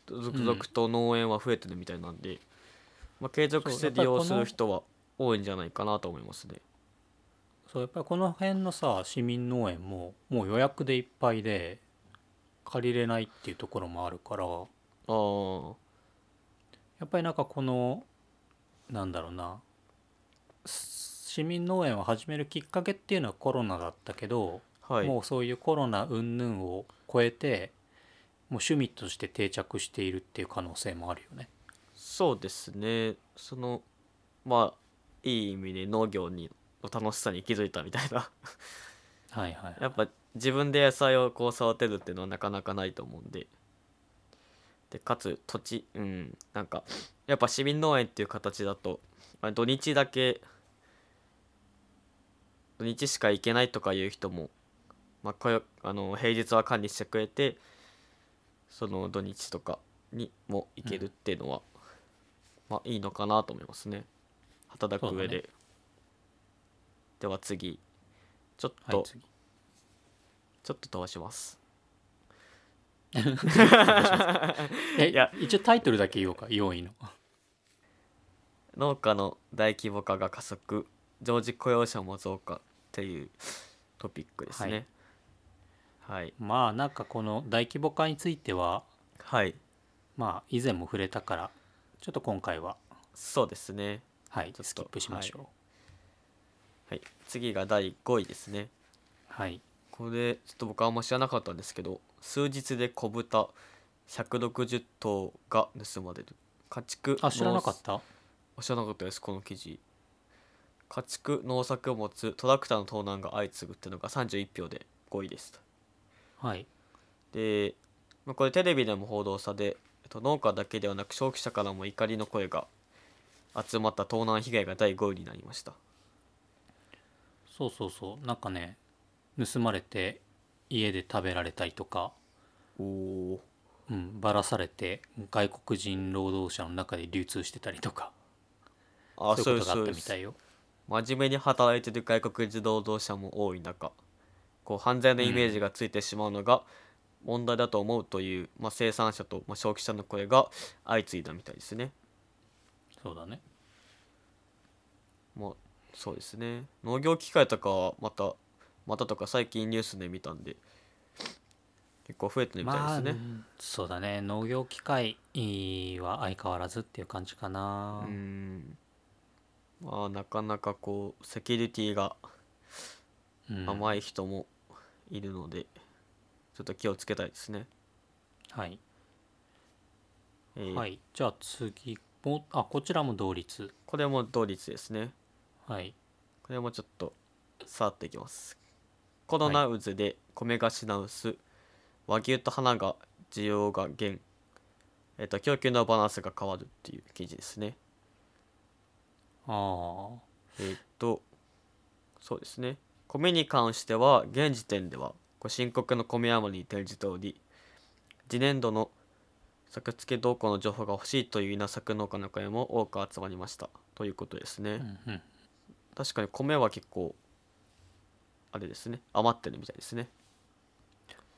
Speaker 2: 続々と農園は増えてるみたいなんで、まあ、継続して利用する人は多いんじゃないかなと思いますね。
Speaker 1: そうやっぱりこの辺のさ市民農園ももう予約でいっぱいで借りれないっていうところもあるから
Speaker 2: あー
Speaker 1: やっぱりなんかこのなんだろうなす市民農園を始めるきっかけっていうのはコロナだったけど、
Speaker 2: はい、
Speaker 1: もうそういうコロナ云々を超えてもう趣味として定着しているっていう可能性もあるよね。
Speaker 2: そうですねそのまあいい意味で農業にの楽しさに気づいたみたいな
Speaker 1: はいはい、
Speaker 2: やっぱ自分で野菜をこう育てるっていうのはなかなかないと思うんででかつ土地うんなんかやっぱ市民農園っていう形だとまあ土日だけ土日しか行けないとかいう人も、まあ、こよあの平日は管理してくれてその土日とかにも行けるっていうのは、まあいいのかなと思いますね働く上
Speaker 1: そうだ
Speaker 2: で、では次ちょっ
Speaker 1: は
Speaker 2: と、
Speaker 1: い、次
Speaker 2: ちょっと飛ばします。
Speaker 1: え
Speaker 2: いや
Speaker 1: 一応タイトルだけ言おうか4位の。
Speaker 2: 農家の大規模化が加速、常時雇用者も増加っていうトピックですね。はい。
Speaker 1: まあなんかこの大規模化については
Speaker 2: はい。
Speaker 1: まあ以前も触れたからちょっと今回は、
Speaker 2: そうですね。
Speaker 1: はい
Speaker 2: ちょっ、と
Speaker 1: スキップしましょう。
Speaker 2: はい。次が第5位ですね。
Speaker 1: はい、
Speaker 2: これ、ちょっと僕はあんま知らなかったんですけど、数日で小豚160頭が盗まれる。家畜
Speaker 1: あ知らなか
Speaker 2: 農
Speaker 1: った
Speaker 2: あ知らなかったですこの記事家畜農作物トラクターの盗難が相次ぐっていうのが31票で5位でした
Speaker 1: はい
Speaker 2: で、まあ、これテレビでも報道され、えっと、農家だけではなく消費者からも怒りの声が集まった盗難被害が第5位になりました
Speaker 1: そうそうそうなんかね盗まれて家で食べられたりとか、
Speaker 2: おお
Speaker 1: うん、ばらされて外国人労働者の中で流通してたりとか
Speaker 2: あ
Speaker 1: そ
Speaker 2: そう
Speaker 1: いうう
Speaker 2: で
Speaker 1: ことがあっ
Speaker 2: すそ
Speaker 1: た
Speaker 2: うで
Speaker 1: みた
Speaker 2: す
Speaker 1: いよ
Speaker 2: 真面目に働いてる外国人労働者も多い中こう犯罪のイメージがついてしまうのが問題だと思うという、まあ、生産者と、まあ、消費者の声が相次いだみたいですね。
Speaker 1: そうだね
Speaker 2: もうそうですね農業機械とかはまたまたとか最近ニュースで見たんで結構増えてるみたいですね。
Speaker 1: まあ、そうだね農業機械は相変わらずっていう感じかな、
Speaker 2: うーんまあなかなかこうセキュリティが
Speaker 1: うん
Speaker 2: 甘い人もいるので、ちょっと気をつけたいですね。
Speaker 1: はい、
Speaker 2: えー
Speaker 1: はい、じゃあ次もあこちらも同率
Speaker 2: これも同率ですね。
Speaker 1: はい
Speaker 2: これもちょっとさらっていきますコロナ渦で米が品薄和牛と花が需要が減えっと供給のバランスが変わるっていう記事ですね
Speaker 1: ああ
Speaker 2: えっとそうですね米に関しては現時点ではこう深刻な米余りに転じており次年度の作付け動向の情報が欲しいという稲作農家の声も多く集まりましたということですね、
Speaker 1: うんうん
Speaker 2: 確かに米は結構あれですね余ってるみたいですね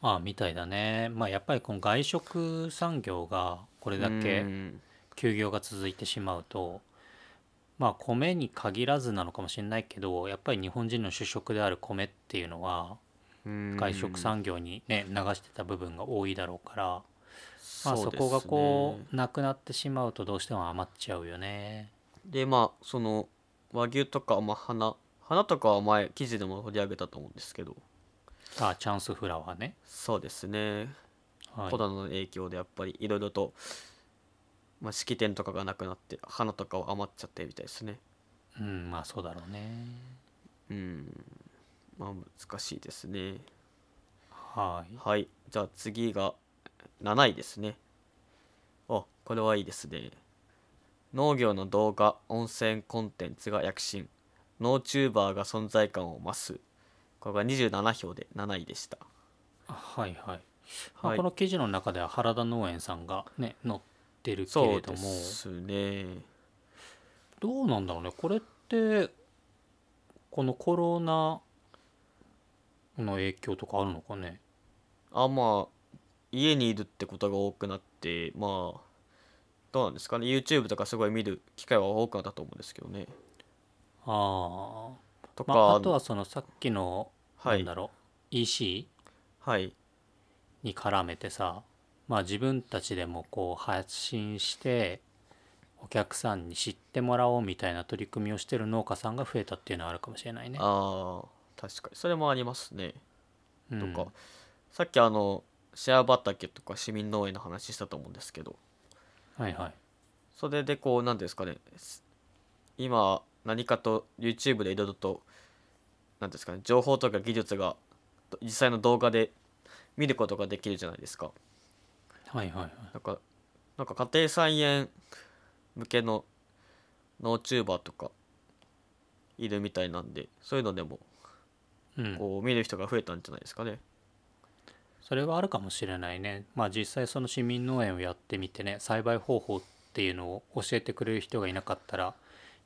Speaker 1: ああみたいだねまあやっぱりこの外食産業がこれだ
Speaker 2: う
Speaker 1: け
Speaker 2: ん
Speaker 1: 休業が続いてしまうとまあ米に限らずなのかもしれないけどやっぱり日本人の主食である米っていうのは
Speaker 2: うん
Speaker 1: 外食産業にね流してた部分が多いだろうからまあ
Speaker 2: う
Speaker 1: そ
Speaker 2: ですね
Speaker 1: こがこうなくなってしまうとどうしても余っちゃうよね
Speaker 2: でまあその和牛とか、まあ、花花とかは前記事でも取り上げたと思うんですけど
Speaker 1: ああチャンスフラワーね
Speaker 2: そうですね、
Speaker 1: はい
Speaker 2: コロナの影響でやっぱりいろいろと、まあ、式典とかがなくなって花とかは余っちゃってるみたいですね
Speaker 1: うんまあそうだろうね
Speaker 2: うんまあ難しいですね
Speaker 1: はい
Speaker 2: はいじゃあ次が7位ですねあこれはいいですね農業の動画温泉コンテンツが躍進農チューバーが存在感を増すこれが27票で7位でした
Speaker 1: はいはいまあ
Speaker 2: はい
Speaker 1: この記事の中では原田農園さんがね載ってるけ
Speaker 2: そ
Speaker 1: れ
Speaker 2: う
Speaker 1: ど
Speaker 2: で
Speaker 1: も
Speaker 2: すね
Speaker 1: どうなんだろうねこれってこのコロナの影響とかあるのかね
Speaker 2: あまあ家にいるってことが多くなってまあどうなんですかね YouTube とかすごい見る機会は多くなったと思うんですけどね
Speaker 1: ああ、
Speaker 2: と
Speaker 1: ま
Speaker 2: か、
Speaker 1: あ、あとはそのさっきの、
Speaker 2: は
Speaker 1: なん
Speaker 2: い
Speaker 1: だろう EC
Speaker 2: はい
Speaker 1: に絡めてさまあ自分たちでもこう発信してお客さんに知ってもらおうみたいな取り組みをしてる農家さんが増えたっていうのはあるかもしれないね。
Speaker 2: あー確かにそれもありますね
Speaker 1: うん
Speaker 2: とか、さっきあのシェア畑とか市民農園の話したと思うんですけど
Speaker 1: はいはい。
Speaker 2: それでこう何ですかねす今何かと YouTube でいろいろと何ですかね情報とか技術がと実際の動画で見ることができるじゃないですか
Speaker 1: はいはいはい。
Speaker 2: なんかなんか家庭菜園向けの NoTuber とかいるみたいなんでそういうのでも
Speaker 1: うん、
Speaker 2: こう見る人が増えたんじゃないですかね
Speaker 1: それはあるかもしれないね。まあ実際その市民農園をやってみてね栽培方法っていうのを教えてくれる人がいなかったら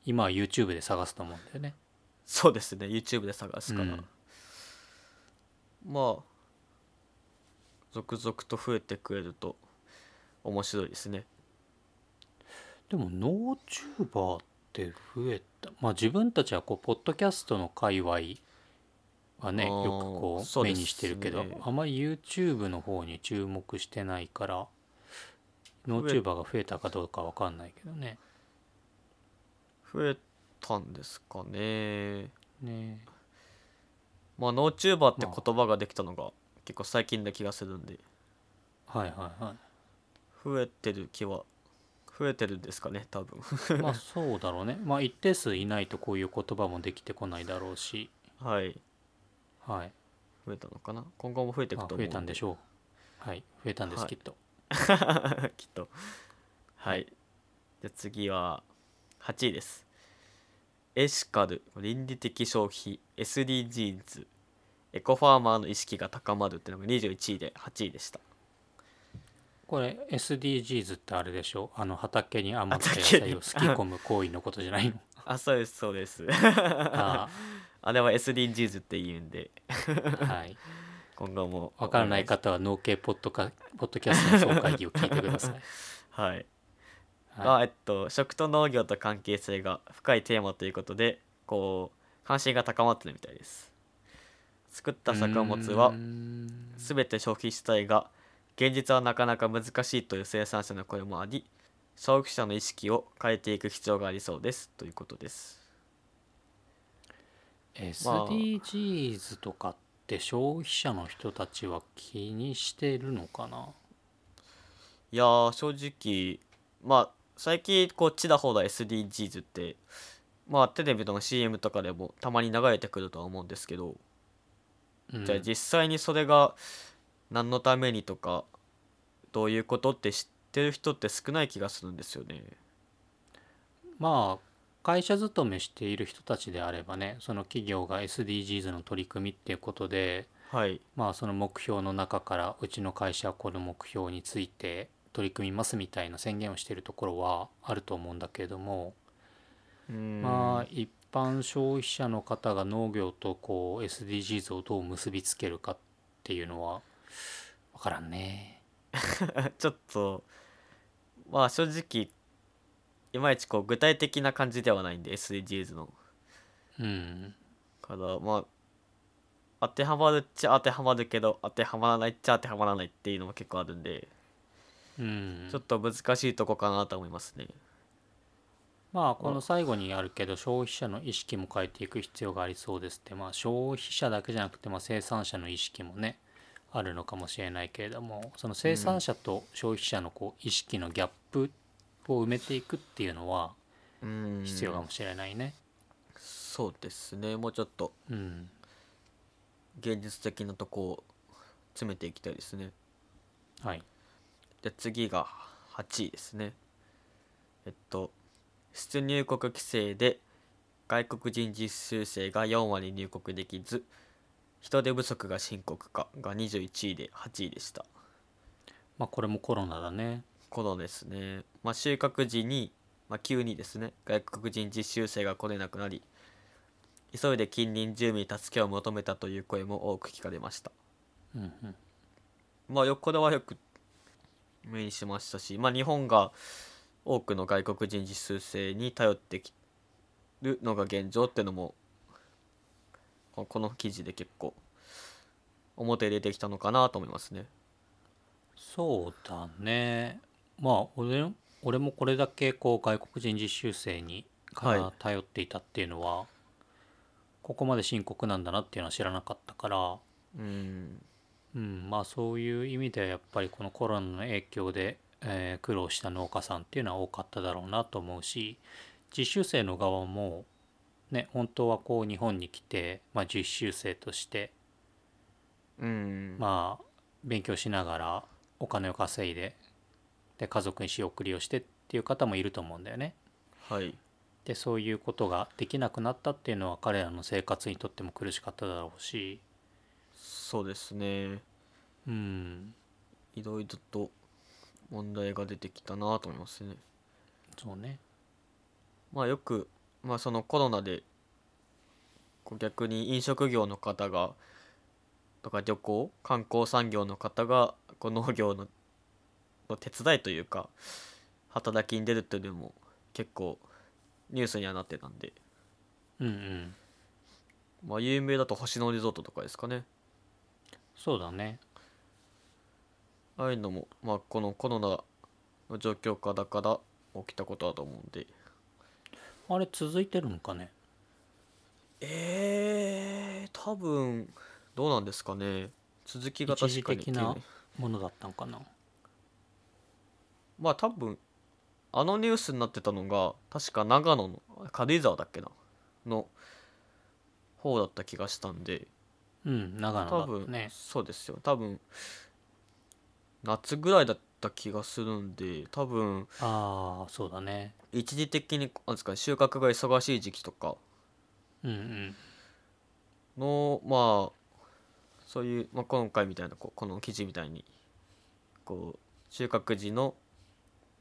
Speaker 1: 今は YouTube で探すと思うんだよね。
Speaker 2: そうですね YouTube で探すから、
Speaker 1: うん
Speaker 2: まあ続々と増えてくれると面白いですね
Speaker 1: でもノーチューバーって増えたまあ自分たちはこうポッドキャストの界隈はね
Speaker 2: あー
Speaker 1: よくこう
Speaker 2: そうで
Speaker 1: 目
Speaker 2: すね
Speaker 1: にしてるけど、あまり YouTube の方に注目してないからノーチューバーが増えたかどうかわかんないけどね。
Speaker 2: 増えたんですかね
Speaker 1: ね
Speaker 2: まあ NoTuber って言葉ができたのが結構最近な気がするんで
Speaker 1: はいはいはい。
Speaker 2: 増えてる気は増えてるんですかね多分
Speaker 1: まあそうだろうね。まあ一定数いないとこういう言葉もできてこないだろうし、
Speaker 2: はい
Speaker 1: はい。
Speaker 2: 増えたのかな今後も増えてい
Speaker 1: ま
Speaker 2: く
Speaker 1: あ
Speaker 2: と
Speaker 1: 増
Speaker 2: 思う
Speaker 1: えたんでしょう。はい、増えたんです、
Speaker 2: はい
Speaker 1: きっと。
Speaker 2: きっとはいじゃあ次は8位ですエシカル倫理的消費 SDGs エコファーマーの意識が高まるっていうのが21位で8位でした
Speaker 1: これ SDGs ってあれでしょあの畑に余った野
Speaker 2: 畑に
Speaker 1: 菜をすき込む行為のことじゃ ないの
Speaker 2: あそうですそうです
Speaker 1: あ
Speaker 2: あれは SDGs って言うんで
Speaker 1: ーはい
Speaker 2: 今後も
Speaker 1: 分からない方は農系ポッドカポッドキャストの総会議を聞いてください、
Speaker 2: はい
Speaker 1: は
Speaker 2: が、
Speaker 1: い、
Speaker 2: えっと、食と農業と関係性が深いテーマということでこう関心が高まってるみたいです作った作物は
Speaker 1: うーん
Speaker 2: 全て消費したいが現実はなかなか難しいという生産者の声もあり消費者の意識を変えていく必要がありそうですということです、まあ
Speaker 1: SDGs とかって消費者の人たちは気にしてるのかない
Speaker 2: やー正直まあ最近こうちらほら SDGs ってまあテレビの CM とかでもたまに流れてくるとは思うんですけど、
Speaker 1: うん
Speaker 2: じゃあ実際にそれが何のためにとかどういうことって知ってる人って少ない気がするんですよね。
Speaker 1: まあ会社勤めしている人たちであればねその企業が SDGs の取り組みっていうことで
Speaker 2: はい
Speaker 1: まあその目標の中からうちの会社はこの目標について取り組みますみたいな宣言をしているところはあると思うんだけれども、
Speaker 2: うーん
Speaker 1: まあ一般消費者の方が農業とこう SDGs をどう結びつけるかっていうのは分からんね。
Speaker 2: ちょっとまあ正直いまいちこう具体的な感じではないんで SDGs の
Speaker 1: うん、
Speaker 2: からまあ当てはまるっちゃ当てはまるけど当てはまらないっちゃ当てはまらないっていうのも結構あるんで、
Speaker 1: うん、
Speaker 2: ちょっと難しいとこかなと思いますね。
Speaker 1: まあこの最後にあるけど消費者の意識も変えていく必要がありそうですってまあ消費者だけじゃなくてまあ生産者の意識もねあるのかもしれないけれどもその生産者と消費者のこう意識のギャップを埋めていくっていうのは
Speaker 2: うーん
Speaker 1: 必要かもしれないね。
Speaker 2: そうですねもうちょっと
Speaker 1: うん、
Speaker 2: 現実的なとこを詰めていきたいですね
Speaker 1: はい。
Speaker 2: で次が8位ですねえっと出入国規制で外国人実習生が4割入国できず人手不足が深刻化が21位で8位でした
Speaker 1: まあこれもコロナだね。
Speaker 2: このですね、まあ、収穫時に、まあ、急にですね外国人実習生が来れなくなり急いで近隣住民に助けを求めたという声も多く聞かれました
Speaker 1: うんうん、
Speaker 2: まあよこれはよく目にしましたし、まあ、日本が多くの外国人実習生に頼ってきるのが現状っていうのもここの記事で結構表に出てきたのかなと思いますね。
Speaker 1: そうだね。まあ俺の俺もこれだけこう外国人実習生にから
Speaker 2: は
Speaker 1: 頼っていたっていうのは、ここまで深刻なんだなっていうのは知らなかったから、
Speaker 2: うん
Speaker 1: うん、まあそういう意味ではやっぱりこのコロナの影響で、えー苦労した農家さんっていうのは多かっただろうなと思うし実習生の側もね本当はこう日本に来て、まあ、実習生として
Speaker 2: うん
Speaker 1: まあ勉強しながらお金を稼いでで家族に仕送りをしてっていう方もいると思うんだよね。
Speaker 2: はい
Speaker 1: でそういうことができなくなったっていうのは彼らの生活にとっても苦しかっただろうし
Speaker 2: そうですね
Speaker 1: うん
Speaker 2: いろいろと問題が出てきたなと思いますね。
Speaker 1: そうね
Speaker 2: まあよく、まあ、そのコロナでこう逆に飲食業の方がとか旅行観光産業の方がこう農業のの手伝いというか働きに出るっていうのも結構ニュースにはなってたんで、
Speaker 1: うんうん
Speaker 2: まあ、有名だと星野リゾートとかですかね
Speaker 1: そうだね
Speaker 2: ああいうのも、まあ、このコロナの状況下だから起きたことだと思うんで
Speaker 1: あれ続いてるのかね
Speaker 2: えー、多分どうなんですかね続きが
Speaker 1: 一
Speaker 2: 確
Speaker 1: 時
Speaker 2: かに
Speaker 1: 的
Speaker 2: 消え
Speaker 1: ないものだったんかな
Speaker 2: まあ多分あのニュースになってたのが確か長野の軽井沢だっけなの方だった気がしたんで
Speaker 1: うん長
Speaker 2: 多
Speaker 1: 野だった
Speaker 2: 分
Speaker 1: ね
Speaker 2: そうですよ多分夏ぐらいだった気がするんで多分
Speaker 1: ああそうだね
Speaker 2: 一時的になんですかね収穫が忙しい時期とか
Speaker 1: うんうん
Speaker 2: のまあそういう、まあ、今回みたいなこうこの記事みたいにこう収穫時の、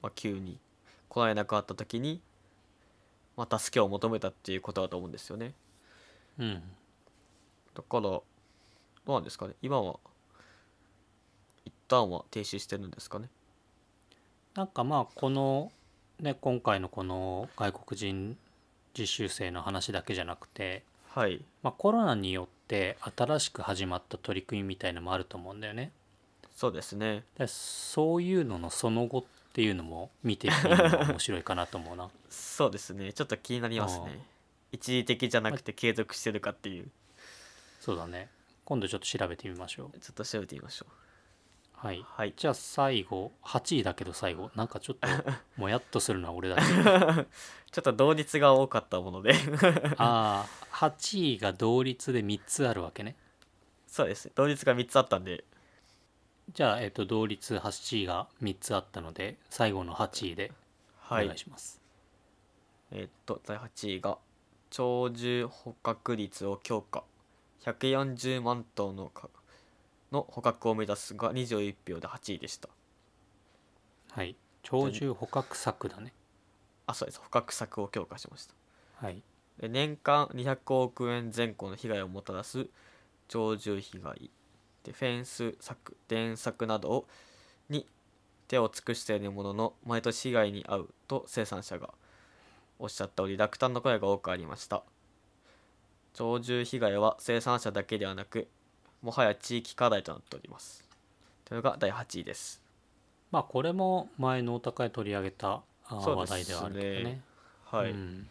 Speaker 2: まあ、急に来られなくなった時に、まあ、助けを求めたっていうことだと思うんですよね
Speaker 1: うん
Speaker 2: だからどうなんですかね今は一旦は停止してるんですかね
Speaker 1: なんかまあこのね今回のこの外国人実習生の話だけじゃなくて、
Speaker 2: はい
Speaker 1: まあ、コロナによって新しく始まった取り組みみたいのもあると思うんだよね。
Speaker 2: そうですね
Speaker 1: でそういうののその後っていうのも見てみるのが面白いかなと思うな。
Speaker 2: そうですねちょっと気になります
Speaker 1: ああ
Speaker 2: ね一時的じゃなくて継続してるかっていう
Speaker 1: そうだね今度ちょっと調べてみましょう。
Speaker 2: ちょっと調べてみましょ
Speaker 1: は
Speaker 2: う
Speaker 1: い、
Speaker 2: はい
Speaker 1: じゃあ最後8位だけど最後なんかちょっともやっとするのは俺だけ
Speaker 2: ちょっと同率が多かったもので
Speaker 1: ああ8位が同率で3つあるわけね
Speaker 2: そうですね同率が3つあったんで
Speaker 1: じゃあ、えっと同率8位が3つあったので最後の8位でお
Speaker 2: は
Speaker 1: 願い
Speaker 2: い
Speaker 1: します、
Speaker 2: えーっと第8位が鳥獣捕獲率を強化140万頭のかの捕獲を目指すが21票で8位でした
Speaker 1: はい鳥獣捕獲策だね
Speaker 2: あそうです捕獲策を強化しました
Speaker 1: はい
Speaker 2: で年間200億円前後の被害をもたらす鳥獣被害でフェンス柵電柵などをに手を尽くしているものの毎年被害に遭うと生産者がおっしゃったおり落胆の声が多くありました鳥獣被害は生産者だけではなくもはや地域課題となっておりますというのが第8位です
Speaker 1: まあこれも前のお高い取り上げたあー
Speaker 2: そう
Speaker 1: 話
Speaker 2: で
Speaker 1: 題
Speaker 2: すね
Speaker 1: ではあるけどね
Speaker 2: はい、
Speaker 1: うん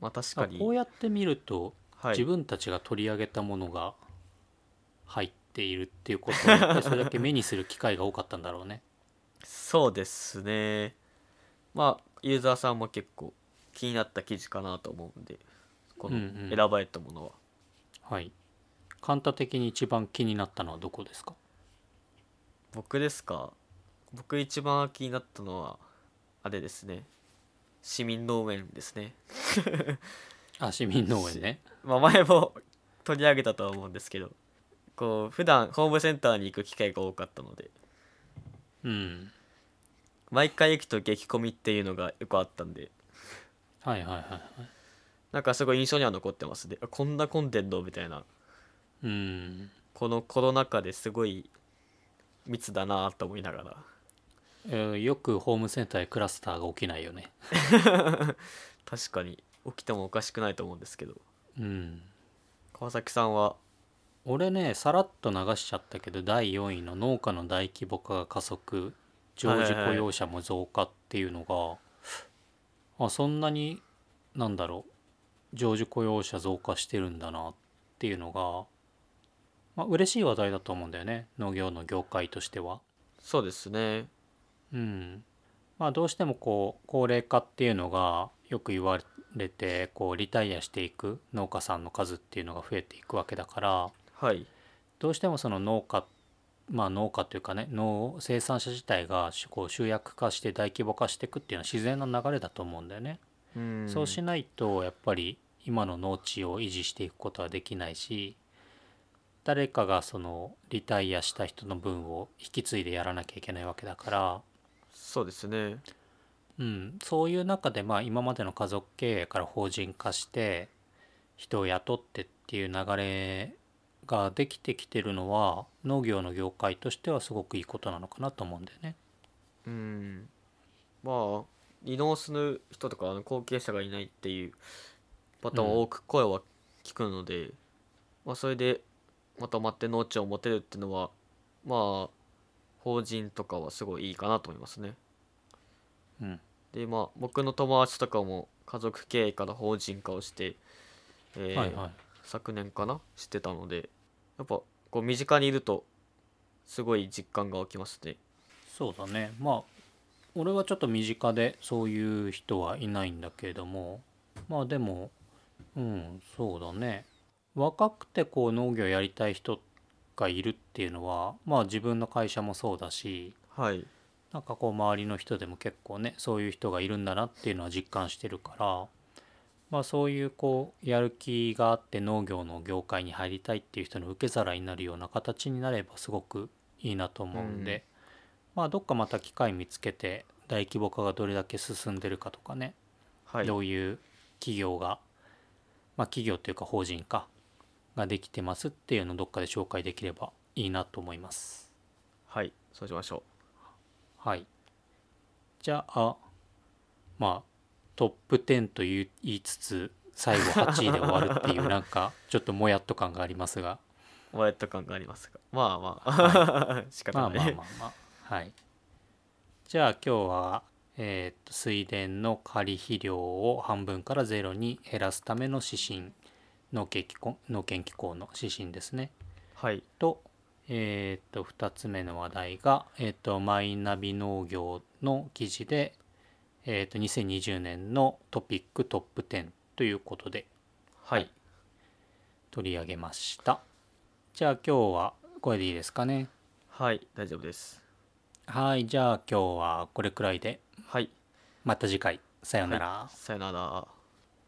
Speaker 2: まあ確
Speaker 1: ま
Speaker 2: か
Speaker 1: あ
Speaker 2: に
Speaker 1: こうやって見ると、
Speaker 2: はい
Speaker 1: 自分たちが取り上げたものが入っているっていうことはやっ ぱりそれだけ目にする機会が多かったんだろうね
Speaker 2: そうですねまあユーザーさんも結構気になった記事かなと思うんでこの
Speaker 1: うんうん
Speaker 2: 選ばれたものは、
Speaker 1: はいカンタ的に一番気になったのはどこですか
Speaker 2: 僕ですか僕一番気になったのはあれですね市民農園ですね
Speaker 1: あ市民農園ね
Speaker 2: まあ前も 取り上げたとは思うんですけどこう普段ホームセンターに行く機会が多かったので
Speaker 1: うん
Speaker 2: 毎回行くと激混みっていうのがよくあったんで
Speaker 1: はいはいはいはい
Speaker 2: なんかすごい印象には残ってますねあこんな混んでんのみたいな
Speaker 1: うん
Speaker 2: このコロナ禍ですごい密だなと思いながら
Speaker 1: えーよくホームセンターでクラスターが起きないよね
Speaker 2: 確かに起きてもおかしくないと思うんですけど
Speaker 1: うん
Speaker 2: 川崎さんは
Speaker 1: 俺ねさらっと流しちゃったけど第4位の農家の大規模化が加速常時雇用者も増加っていうのが、あそんなになんだろう常時雇用者増加してるんだなっていうのがまあ嬉しい話題だと思うんだよね農業の業界としては。
Speaker 2: そうですね
Speaker 1: うんまあ、どうしてもこう高齢化っていうのがよく言われてこうリタイアしていく農家さんの数っていうのが増えていくわけだから
Speaker 2: はい
Speaker 1: どうしてもその農家まあ農家というかね農生産者自体がしこう集約化して大規模化していくっていうのは自然な流れだと思うんだよね。
Speaker 2: うん
Speaker 1: そうしないとやっぱり今の農地を維持していくことはできないし誰かがそのリタイアした人の分を引き継いでやらなきゃいけないわけだから。
Speaker 2: そうですね
Speaker 1: うん、そういう中でまあ今までの家族経営から法人化して人を雇ってっていう流れができてきてるのは農業の業界としてはすごくいいことなのかなと思うんだよね。
Speaker 2: うんまあ離農する人とかあの後継者がいないっていうパターンは多く声は聞くので、まあそれでまとまって農地を持てるっていうのはまあ法人とかはすごいいいかなと思いますね
Speaker 1: うん、
Speaker 2: でまあ僕の友達とかも家族経営から法人化をして、えー
Speaker 1: はいはい。
Speaker 2: 昨年かなしてたのでやっぱこう身近にいるとすごい実感が起きますね
Speaker 1: そうだね。まあ俺はちょっと身近でそういう人はいないんだけれどもまあでもうんそうだね。若くてこう農業やりたい人がいるっていうのはまあ自分の会社もそうだし
Speaker 2: はい
Speaker 1: なんかこう周りの人でも結構ねそういう人がいるんだなっていうのは実感してるから、まあ、そういうこうやる気があって農業の業界に入りたいっていう人の受け皿になるような形になればすごくいいなと思うんで、
Speaker 2: うん
Speaker 1: まあどっかまた機会見つけて大規模化がどれだけ進んでるかとかね
Speaker 2: はい
Speaker 1: どういう企業が、まあ、企業というか法人かができてますっていうのをどっかで紹介できればいいなと思います。
Speaker 2: はいそうしましょ
Speaker 1: はい。じゃあ、まあ、トップ10と言い言いつつ、最後8位で終わるっていう、なんか、ちょっともやっと感がありますが、
Speaker 2: うワイト感がありますがまあまあ、 仕方
Speaker 1: まあ
Speaker 2: ない、
Speaker 1: まあまあまあ。はい。じゃあ今日は、えーっと水田の仮肥料を半分からゼロに減らすための指針農研機構農研機構の指針ですね。
Speaker 2: はい
Speaker 1: と,、えーっと2つ目の話題が、えーっとマイナビ農業の記事で、えーっと2020年のトピックトップ10ということで
Speaker 2: はい
Speaker 1: 取り上げました。じゃあ今日はこれでいいですかね。
Speaker 2: はい大丈夫です
Speaker 1: はい、じゃあ今日はこれくらいで。
Speaker 2: はい
Speaker 1: また次回さようなら。
Speaker 2: さよなら